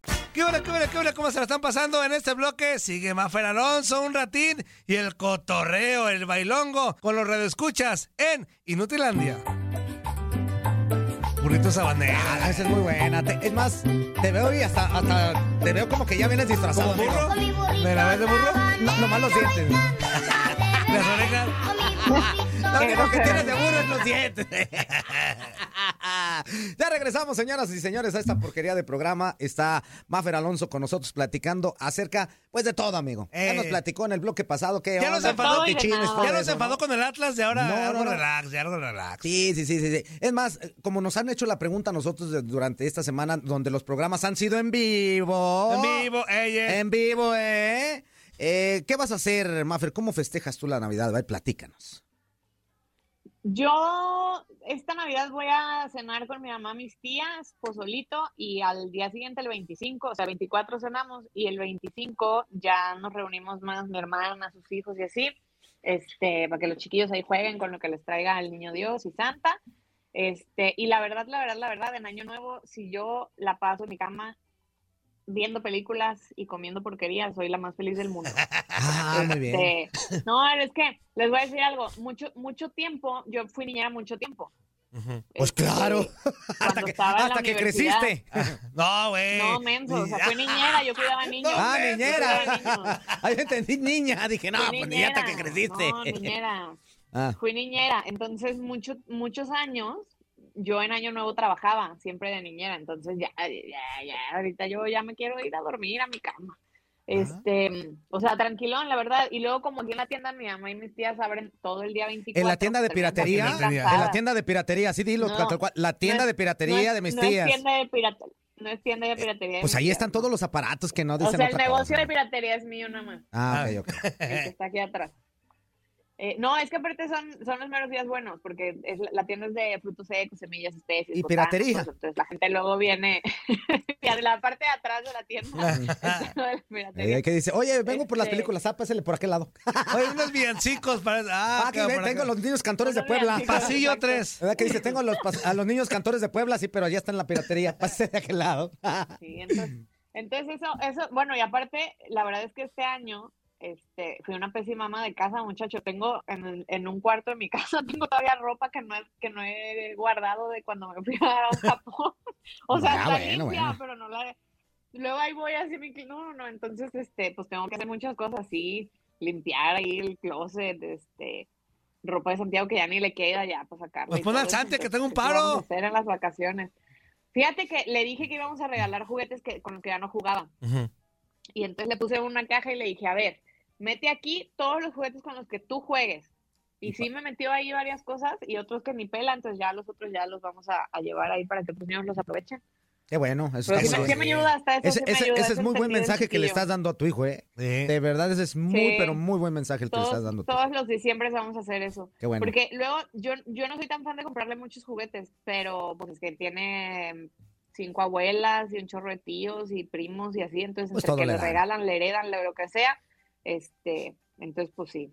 [SPEAKER 3] ¿Qué hora, qué hora, qué hora? ¿Cómo se la están pasando en este bloque? Sigue Mafer Alonso un ratín y el cotorreo, el bailongo con los radioescuchas en Inutilandia. Burrito
[SPEAKER 4] Ah,
[SPEAKER 3] sabanera.
[SPEAKER 4] esa es muy buena. Te- es más, te veo y hasta, hasta te veo como que ya vienes disfrazado.
[SPEAKER 3] ¿Como burro?
[SPEAKER 4] amigo.
[SPEAKER 3] ¿Me la ves de burro?
[SPEAKER 4] No, nomás los dientes.
[SPEAKER 3] Las orejas.
[SPEAKER 4] Lo único que tienes de burro es los dientes. ya regresamos, señoras y señores, a esta porquería de programa. Está Mafer Alonso con nosotros platicando acerca, pues, de todo, amigo. Ya
[SPEAKER 3] Eh.
[SPEAKER 4] nos platicó en el bloque pasado que
[SPEAKER 3] Ya nos enfadó.
[SPEAKER 5] Todo y de nada.
[SPEAKER 3] Ya nos enfadó con el Atlas y ahora
[SPEAKER 4] No, no,
[SPEAKER 3] algo
[SPEAKER 4] no.
[SPEAKER 3] relax, ya algo relax.
[SPEAKER 4] Sí, sí, sí, sí, sí. Es más, eh, como nos han hecho la pregunta a nosotros de- durante esta semana, donde los programas han sido en vivo.
[SPEAKER 3] En vivo, eh. ella.
[SPEAKER 4] En vivo, ¿eh? Eh, ¿Qué vas a hacer, Mafer? ¿Cómo festejas tú la Navidad? Ay, platícanos.
[SPEAKER 5] Yo esta Navidad voy a cenar con mi mamá, mis tías, pozolito, y al día siguiente, el 25, o sea, 24 cenamos, y el 25 ya nos reunimos más, mi hermana, sus hijos y así, este, para que los chiquillos ahí jueguen con lo que les traiga el niño Dios y Santa. Este, y la verdad, la verdad, la verdad, en Año Nuevo, si yo la paso en mi cama viendo películas y comiendo porquerías, soy la más feliz del mundo.
[SPEAKER 4] Ah, muy bien.
[SPEAKER 5] Este, no, es que les voy a decir algo. Mucho, mucho tiempo, yo fui niñera mucho tiempo.
[SPEAKER 3] Ujú.
[SPEAKER 4] Pues
[SPEAKER 5] Este,
[SPEAKER 4] claro.
[SPEAKER 5] cuando
[SPEAKER 4] Hasta que,
[SPEAKER 5] estaba en la
[SPEAKER 4] hasta que
[SPEAKER 5] universidad.
[SPEAKER 4] creciste. Eh,
[SPEAKER 3] No, güey.
[SPEAKER 5] No, menso, o sea, fui niñera, yo cuidaba niños.
[SPEAKER 4] ah,
[SPEAKER 5] yo cuidaba niños,
[SPEAKER 4] niñera. Ahí entendí niña. Dije, no,
[SPEAKER 5] fui
[SPEAKER 4] pues ya
[SPEAKER 5] niñera,
[SPEAKER 4] hasta que creciste.
[SPEAKER 5] No, niñera.
[SPEAKER 4] Ah,
[SPEAKER 5] Fui niñera, entonces mucho, muchos años yo en Año Nuevo trabajaba, siempre de niñera, entonces ya, ya, ya, ahorita yo ya me quiero ir a dormir a mi cama. Este, o sea, tranquilón, la verdad. Y luego como aquí en la tienda mi mamá y mis tías abren todo el día 24.
[SPEAKER 4] en la tienda de
[SPEAKER 5] terminan
[SPEAKER 4] piratería.
[SPEAKER 5] también
[SPEAKER 4] En
[SPEAKER 3] encantada.
[SPEAKER 4] la
[SPEAKER 5] cansadas.
[SPEAKER 4] tienda de piratería. Sí, dilo.
[SPEAKER 5] No,
[SPEAKER 4] tal cual, la tienda
[SPEAKER 5] es-
[SPEAKER 4] de piratería
[SPEAKER 5] no es-
[SPEAKER 4] de mis
[SPEAKER 5] no
[SPEAKER 4] tías.
[SPEAKER 5] Es tienda de pirata- no es tienda de piratería. de
[SPEAKER 4] Pues
[SPEAKER 5] mis
[SPEAKER 4] ahí
[SPEAKER 5] tías,
[SPEAKER 4] están
[SPEAKER 5] ¿no?
[SPEAKER 4] todos los aparatos que no
[SPEAKER 5] O
[SPEAKER 4] dicen
[SPEAKER 5] sea, el
[SPEAKER 4] otra
[SPEAKER 5] negocio
[SPEAKER 4] cosa.
[SPEAKER 5] de piratería es mío nada más,
[SPEAKER 4] Ah, ok, ok.
[SPEAKER 5] el que está aquí atrás. Eh, no, es que aparte son, son los meros días buenos, porque es, la- la tienda es de frutos secos, semillas, especies.
[SPEAKER 4] Y
[SPEAKER 5] botánicos,
[SPEAKER 4] piratería.
[SPEAKER 5] Entonces la gente luego viene y a la parte de atrás de la tienda. está lo de la
[SPEAKER 4] Ahí
[SPEAKER 5] piratería.
[SPEAKER 4] hay que Eh, dice, oye, vengo por las
[SPEAKER 5] Este-
[SPEAKER 4] películas, ah, pásale por aquel lado.
[SPEAKER 3] Oye, unos villancicos para. Ah,
[SPEAKER 4] Aquí
[SPEAKER 3] acá,
[SPEAKER 4] ven,
[SPEAKER 3] por
[SPEAKER 4] tengo
[SPEAKER 3] acá.
[SPEAKER 4] los niños cantores de
[SPEAKER 5] Unos
[SPEAKER 4] Puebla.
[SPEAKER 5] villancicos.
[SPEAKER 3] Pasillo
[SPEAKER 5] Exacto.
[SPEAKER 3] 3.
[SPEAKER 4] ¿Verdad que dice, tengo los pas- a los niños cantores de Puebla, sí, pero allá está en la piratería, pásale de aquel lado. Ah,
[SPEAKER 5] Sí, entonces, entonces eso, eso, bueno, y aparte, la verdad es que este año este, fui una pésima ama de casa, muchacho. Tengo en, el- en un cuarto de mi casa, tengo todavía ropa que no, he- que no he guardado de cuando me fui a dar a Japón. o sea,
[SPEAKER 4] Ah,
[SPEAKER 5] está
[SPEAKER 4] bueno,
[SPEAKER 5] limpia,
[SPEAKER 4] bueno.
[SPEAKER 5] pero no la... Luego ahí voy así, mi cl- no, no, entonces, este, pues tengo que hacer muchas cosas así, limpiar ahí el closet, este, ropa de Santiago que ya ni le queda, ya, pues sacarla.
[SPEAKER 3] Pues
[SPEAKER 5] y
[SPEAKER 3] pon al
[SPEAKER 5] todo eso,
[SPEAKER 3] Santi, que
[SPEAKER 5] entonces,
[SPEAKER 3] tenga un
[SPEAKER 5] ¿qué vamos a
[SPEAKER 3] paro.
[SPEAKER 5] hacer en las vacaciones. Fíjate que le dije que íbamos a regalar juguetes que, con los que ya no jugaba.
[SPEAKER 3] Ujú.
[SPEAKER 5] Y entonces le puse una caja y le dije, a ver, mete aquí todos los juguetes con los que tú juegues. Y sí me metió ahí varias cosas y otros que ni pela, entonces ya los otros ya los vamos a, a llevar ahí para que tus niños los aprovechen.
[SPEAKER 4] Qué bueno, eso
[SPEAKER 5] Pero
[SPEAKER 4] está muy
[SPEAKER 5] sí, me, sí
[SPEAKER 4] bien.
[SPEAKER 5] me ayuda hasta eso.
[SPEAKER 4] Ese,
[SPEAKER 5] sí me
[SPEAKER 4] ese-
[SPEAKER 5] ayuda,
[SPEAKER 4] ese es
[SPEAKER 5] ese
[SPEAKER 4] muy buen
[SPEAKER 5] sentido del
[SPEAKER 4] mensaje que le
[SPEAKER 5] chiquillo.
[SPEAKER 4] estás dando a tu hijo, ¿eh?
[SPEAKER 3] Sí.
[SPEAKER 4] De verdad, ese es muy,
[SPEAKER 5] Sí.
[SPEAKER 4] pero muy buen mensaje el que le estás dando.
[SPEAKER 5] Todos,
[SPEAKER 4] a tu hijo.
[SPEAKER 5] todos los diciembre vamos a hacer eso.
[SPEAKER 4] Qué bueno.
[SPEAKER 5] Porque luego yo, yo no soy tan fan de comprarle muchos juguetes, pero pues es que tiene cinco abuelas y un chorro de tíos y primos y así, entonces
[SPEAKER 4] Pues
[SPEAKER 5] entre
[SPEAKER 4] todo
[SPEAKER 5] que
[SPEAKER 4] le
[SPEAKER 5] le
[SPEAKER 4] dan.
[SPEAKER 5] regalan, le heredan, le- lo que sea, este, entonces pues sí,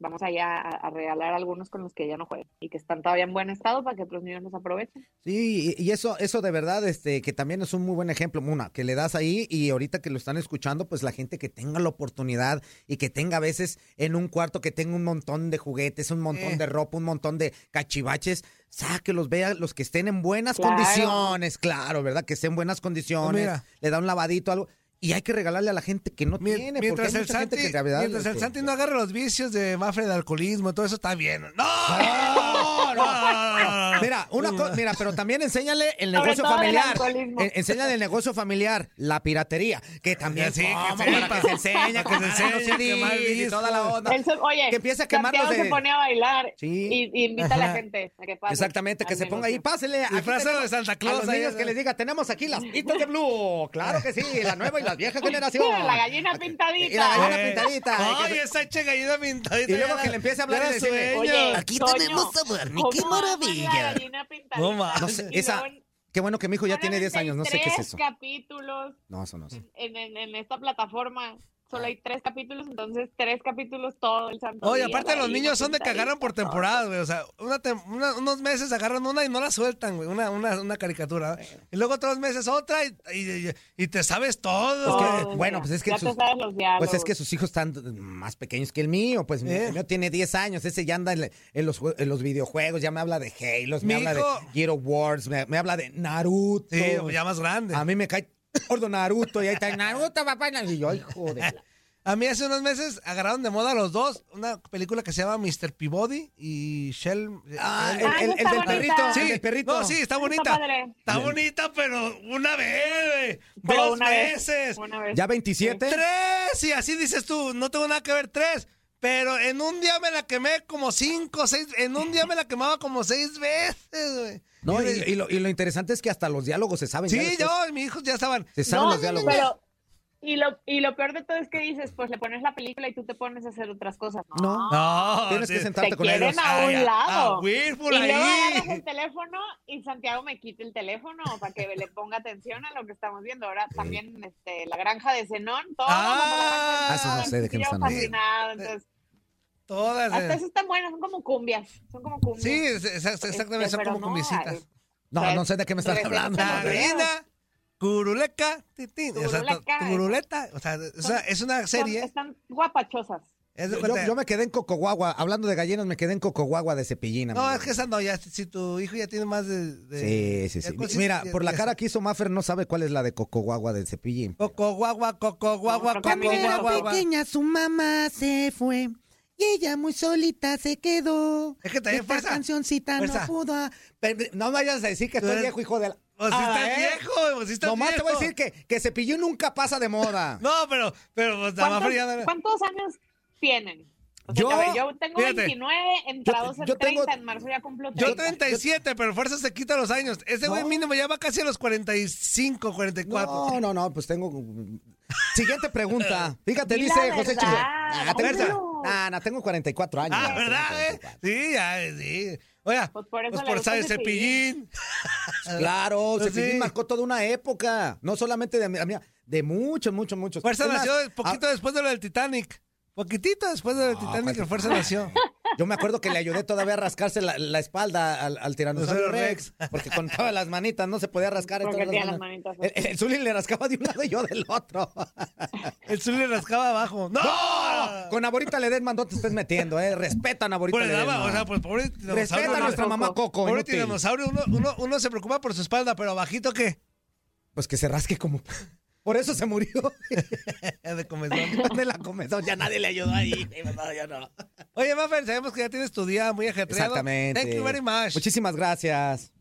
[SPEAKER 5] vamos allá a, a regalar algunos con los que ya no juegan y que están todavía en buen estado para que otros niños los aprovechen.
[SPEAKER 4] Sí, y y eso, eso de verdad, este, que también es un muy buen ejemplo, Muna, que le das ahí y ahorita que lo están escuchando, pues la gente que tenga la oportunidad y que tenga a veces en un cuarto que tenga un montón de juguetes, un montón
[SPEAKER 3] Eh.
[SPEAKER 4] de ropa, un montón de cachivaches, sáquelos, vea los que estén en buenas
[SPEAKER 5] Claro.
[SPEAKER 4] condiciones, claro, ¿verdad? Que estén en buenas condiciones,
[SPEAKER 3] Mira.
[SPEAKER 4] le da un lavadito, algo. Y hay que regalarle a la gente que no
[SPEAKER 3] Mien-
[SPEAKER 4] tiene. porque
[SPEAKER 3] mientras el
[SPEAKER 4] hay mucha
[SPEAKER 3] Santi,
[SPEAKER 4] gente que en realidad,
[SPEAKER 3] mientras el
[SPEAKER 4] este,
[SPEAKER 3] Santi no agarre los vicios de mafia de alcoholismo, todo eso está bien. ¡No! ¡No! no, no, no.
[SPEAKER 4] Mira, una cosa, mira, pero también enséñale el
[SPEAKER 5] Sobre
[SPEAKER 4] negocio
[SPEAKER 5] todo el
[SPEAKER 4] familiar.
[SPEAKER 5] alcoholismo.
[SPEAKER 4] En- enséñale el negocio familiar, la piratería, que también
[SPEAKER 3] Sí, que
[SPEAKER 4] ¿cómo?
[SPEAKER 3] sepa.
[SPEAKER 4] para que se enseñe, que se enseñe,
[SPEAKER 3] enseñe, que mal
[SPEAKER 4] y
[SPEAKER 3] visto.
[SPEAKER 4] toda la onda.
[SPEAKER 5] Él se- oye,
[SPEAKER 4] que empiece a quemar los
[SPEAKER 5] Santiago
[SPEAKER 4] de-
[SPEAKER 5] se pone a bailar
[SPEAKER 4] Sí.
[SPEAKER 5] y, y invita a la
[SPEAKER 4] Ajá.
[SPEAKER 5] gente a que pase.
[SPEAKER 4] Exactamente, que
[SPEAKER 5] al
[SPEAKER 4] se ponga ahí,
[SPEAKER 5] negocio.
[SPEAKER 4] pásele. aquí
[SPEAKER 3] Disfrázalo
[SPEAKER 4] tenemos
[SPEAKER 3] de Santa
[SPEAKER 4] A
[SPEAKER 3] Claus
[SPEAKER 4] los
[SPEAKER 3] ahí,
[SPEAKER 4] niños
[SPEAKER 3] ¿no?
[SPEAKER 4] que les diga, tenemos aquí las pitas de blue. Claro que sí, la nueva y las viejas generaciones.
[SPEAKER 5] La gallina pintadita.
[SPEAKER 4] Y la gallina
[SPEAKER 3] Eh,
[SPEAKER 4] pintadita.
[SPEAKER 3] Ay,
[SPEAKER 4] que se-
[SPEAKER 3] esa hecha gallina pintadita.
[SPEAKER 4] Y luego
[SPEAKER 3] ya la-
[SPEAKER 4] que le empiece a hablar
[SPEAKER 3] ya
[SPEAKER 4] y
[SPEAKER 3] la
[SPEAKER 4] decirle,
[SPEAKER 3] sueño.
[SPEAKER 5] Oye,
[SPEAKER 2] Aquí
[SPEAKER 5] Toño,
[SPEAKER 2] tenemos a Barney,
[SPEAKER 5] ¿cómo
[SPEAKER 2] qué
[SPEAKER 5] amas la
[SPEAKER 2] maravilla.
[SPEAKER 5] gallina pintadita?
[SPEAKER 3] No más.
[SPEAKER 4] No sé,
[SPEAKER 5] Y
[SPEAKER 4] esa-
[SPEAKER 5] luego-
[SPEAKER 4] Qué bueno que mi hijo ya tiene 10 años, no sé qué es
[SPEAKER 5] solamente hay
[SPEAKER 4] eso. Mm.
[SPEAKER 5] tres capítulos
[SPEAKER 4] No, eso no sé.
[SPEAKER 5] en, en- en esta plataforma. Solo
[SPEAKER 4] Ah.
[SPEAKER 5] hay tres capítulos, entonces tres capítulos todo el santo
[SPEAKER 3] Oye,
[SPEAKER 5] día,
[SPEAKER 3] aparte los
[SPEAKER 5] gallina
[SPEAKER 3] niños son de que
[SPEAKER 5] pintadita,
[SPEAKER 3] agarran por
[SPEAKER 5] todo.
[SPEAKER 3] temporada, güey. O sea, una tem- una- unos meses agarran una y no la sueltan, güey. Una, una, una caricatura. ¿no? Y luego otros meses otra y, y- y- y te sabes todo.
[SPEAKER 4] que-
[SPEAKER 5] Todo,
[SPEAKER 4] bueno,
[SPEAKER 5] ya.
[SPEAKER 4] pues es que
[SPEAKER 5] Ya
[SPEAKER 4] sus-
[SPEAKER 5] te sabes
[SPEAKER 4] Pues
[SPEAKER 5] los
[SPEAKER 4] es
[SPEAKER 5] diálogos.
[SPEAKER 4] que sus hijos están más pequeños que el mío, pues mi-
[SPEAKER 3] Eh.
[SPEAKER 4] el mío tiene 10 años, ese ya anda en, la- en los, jue- en los videojuegos, ya me habla de Halo, me
[SPEAKER 3] Mi
[SPEAKER 4] habla
[SPEAKER 3] hijo-
[SPEAKER 4] de Hero Wars, me, me habla de Naruto.
[SPEAKER 3] Sí, ya más grande.
[SPEAKER 4] A mí me cae gordo Naruto y ahí está Naruto, papá, y yo, hijo de...
[SPEAKER 3] A mí hace unos meses agarraron de moda los dos una película que se llama Mr. Peabody y eh, Shell.
[SPEAKER 4] Ah,
[SPEAKER 3] Shell-
[SPEAKER 4] el, el- el
[SPEAKER 5] está
[SPEAKER 4] del
[SPEAKER 5] bonita.
[SPEAKER 4] perrito,
[SPEAKER 3] Sí,
[SPEAKER 4] el del perrito.
[SPEAKER 3] No, sí, está bonita. Está,
[SPEAKER 5] Está padre.
[SPEAKER 3] bonita, pero una vez, güey.
[SPEAKER 5] Pero
[SPEAKER 3] Dos
[SPEAKER 5] una vez,
[SPEAKER 3] veces.
[SPEAKER 5] una vez.
[SPEAKER 4] Ya 27.
[SPEAKER 3] Tres, y así dices tú, no tengo nada que ver, tres. Pero en un día me la quemé como cinco, seis, en un día me la quemaba como seis veces, güey.
[SPEAKER 4] No,
[SPEAKER 3] Y
[SPEAKER 4] y,
[SPEAKER 3] de-
[SPEAKER 4] y lo, y lo interesante es que hasta los diálogos se
[SPEAKER 5] Pues
[SPEAKER 4] saben. ya
[SPEAKER 3] sí,
[SPEAKER 4] después.
[SPEAKER 3] yo y mis hijos ya estaban.
[SPEAKER 4] Se saben
[SPEAKER 5] No,
[SPEAKER 4] los diálogos.
[SPEAKER 5] Pero, y lo, y lo peor de todo es que dices, pues le pones la película y tú te pones a hacer otras cosas.
[SPEAKER 4] No.
[SPEAKER 3] No,
[SPEAKER 4] Tienes
[SPEAKER 3] sí.
[SPEAKER 4] que sentarte
[SPEAKER 5] te
[SPEAKER 4] con
[SPEAKER 5] quieren
[SPEAKER 4] ellos.
[SPEAKER 5] a un
[SPEAKER 3] Ay, a-
[SPEAKER 5] lado.
[SPEAKER 3] a Whirlpool
[SPEAKER 5] y luego
[SPEAKER 3] ahí.
[SPEAKER 5] agarras el teléfono y Santiago me quita el teléfono para que le ponga atención a lo que estamos viendo. Ahora también este, la granja de Zenón, todo.
[SPEAKER 3] Ah,
[SPEAKER 4] eso no sé, de qué me están hablando.
[SPEAKER 3] Todas.
[SPEAKER 5] Hasta
[SPEAKER 3] eh.
[SPEAKER 5] eso están buenas, son como cumbias. Son como cumbias.
[SPEAKER 3] Sí, es- es- es- exactamente,
[SPEAKER 5] Este,
[SPEAKER 3] son
[SPEAKER 5] pero
[SPEAKER 3] como
[SPEAKER 5] no,
[SPEAKER 3] con visitas.
[SPEAKER 5] ay,
[SPEAKER 4] No, no sé de qué me estás
[SPEAKER 5] Tres
[SPEAKER 4] hablando.
[SPEAKER 5] veces
[SPEAKER 3] La
[SPEAKER 5] no
[SPEAKER 4] madre.
[SPEAKER 5] veo.
[SPEAKER 3] gallina, curuleca, titín. O sea, to-
[SPEAKER 5] Curuleca.
[SPEAKER 3] curuleta. O sea, o sea, es una
[SPEAKER 5] son-
[SPEAKER 3] serie.
[SPEAKER 5] están guapachosas.
[SPEAKER 3] es de
[SPEAKER 4] Yo,
[SPEAKER 3] cuenta-
[SPEAKER 4] yo me quedé en Cocoguagua. Hablando de gallinas, me quedé en Cocoguagua de cepillina.
[SPEAKER 3] No, es que esa no, ya, si tu hijo ya tiene más de. de-
[SPEAKER 4] Sí, sí,
[SPEAKER 3] de
[SPEAKER 4] sí.
[SPEAKER 3] cosas,
[SPEAKER 4] Mira,
[SPEAKER 3] ya-
[SPEAKER 4] por la
[SPEAKER 3] ya
[SPEAKER 4] cara
[SPEAKER 3] sabe.
[SPEAKER 4] que hizo Maffer, no sabe cuál es la de Cocoguagua de cepillín.
[SPEAKER 3] Coco guagua, coco guagua,
[SPEAKER 5] No, creo que a
[SPEAKER 3] coco
[SPEAKER 5] mí me tocó.
[SPEAKER 3] guagua.
[SPEAKER 4] su mamá se fue y ella muy solita se quedó.
[SPEAKER 3] Es que también fuerza,
[SPEAKER 4] cancioncita
[SPEAKER 3] fuerza.
[SPEAKER 4] pudo. a- Pero, No me vayas a decir que
[SPEAKER 3] Tú
[SPEAKER 4] estoy
[SPEAKER 3] eres-
[SPEAKER 4] viejo, hijo de la.
[SPEAKER 3] Pues si
[SPEAKER 4] Ah,
[SPEAKER 3] estás
[SPEAKER 4] ¿eh?
[SPEAKER 3] viejo, pues si estás
[SPEAKER 4] Nomás te
[SPEAKER 3] viejo.
[SPEAKER 4] voy a decir que, que Cepillín nunca pasa de moda.
[SPEAKER 3] No, pero, pero, pues, la
[SPEAKER 5] ¿Cuántos,
[SPEAKER 3] Maffer ya.
[SPEAKER 5] cuántos años tienen? O sea,
[SPEAKER 4] Yo-
[SPEAKER 5] a ver, yo tengo
[SPEAKER 3] fíjate.
[SPEAKER 5] 29, entrados
[SPEAKER 4] Yo-
[SPEAKER 5] en
[SPEAKER 4] yo tengo-
[SPEAKER 5] 30, en marzo ya cumplo 30.
[SPEAKER 3] Yo 37, pero fuerza se quita los años. Ese güey
[SPEAKER 4] No.
[SPEAKER 3] mínimo ya va casi a los 45, 44.
[SPEAKER 4] No, no, no, pues tengo. Siguiente pregunta. Fíjate,
[SPEAKER 5] Di la
[SPEAKER 4] dice José
[SPEAKER 5] verdad,
[SPEAKER 4] Chile. Ah, tengo,
[SPEAKER 5] dímelo.
[SPEAKER 4] ah, no, tengo 44 años.
[SPEAKER 3] Ah,
[SPEAKER 4] Tengo
[SPEAKER 3] ¿verdad, eh?
[SPEAKER 4] 44.
[SPEAKER 3] Sí, ya, sí. Oiga,
[SPEAKER 5] Pues por eso
[SPEAKER 3] pues
[SPEAKER 5] le
[SPEAKER 3] por
[SPEAKER 5] gusta
[SPEAKER 3] sabe cepillín.
[SPEAKER 5] Cepillín.
[SPEAKER 4] Claro,
[SPEAKER 3] Pues
[SPEAKER 4] Cepillín
[SPEAKER 3] sí.
[SPEAKER 4] marcó toda una época. No solamente de mí, de muchos, muchos, muchos.
[SPEAKER 3] Pues Fuerza
[SPEAKER 4] Es más, ah,
[SPEAKER 3] nació poquito después de lo del Titanic. Poquitito después de lo del
[SPEAKER 4] No,
[SPEAKER 3] Titanic,
[SPEAKER 4] ¿cuál
[SPEAKER 3] que Fuerza
[SPEAKER 4] Titanic?
[SPEAKER 3] nació.
[SPEAKER 4] Yo me acuerdo que le ayudé todavía a rascarse la, la espalda al, al tiranosaurio
[SPEAKER 3] Tiranosaurio
[SPEAKER 4] Rex, porque con todas las manitas no se podía rascar.
[SPEAKER 5] Porque
[SPEAKER 4] entonces
[SPEAKER 5] tenía
[SPEAKER 4] las
[SPEAKER 5] las
[SPEAKER 4] manos-
[SPEAKER 5] manitas
[SPEAKER 3] Eh,
[SPEAKER 5] pues.
[SPEAKER 4] El, el Zuli le rascaba de un lado y yo del otro.
[SPEAKER 3] El sur le rascaba abajo. ¡No!
[SPEAKER 4] Con Aborita le den mandó te estés metiendo, eh. Respeta a Aborita
[SPEAKER 3] Pues le daba, o sea,
[SPEAKER 4] Ledesma.
[SPEAKER 3] pues pobre
[SPEAKER 4] Respeta a
[SPEAKER 3] dinosaurio.
[SPEAKER 4] nuestra
[SPEAKER 3] ¿no?
[SPEAKER 4] mamá Coco.
[SPEAKER 3] Pobre
[SPEAKER 4] inútil.
[SPEAKER 3] dinosaurio, uno, uno, uno se preocupa por su espalda, pero abajito que
[SPEAKER 4] Pues que se rasque como. Por eso se murió.
[SPEAKER 3] de comezón.
[SPEAKER 4] de la comezón. Ya nadie le ayudó ahí. pues, No, ya no.
[SPEAKER 3] Oye, Maffer, sabemos que ya tienes tu día muy ajetreado.
[SPEAKER 4] Exactamente.
[SPEAKER 3] Thank you very much.
[SPEAKER 4] Muchísimas gracias.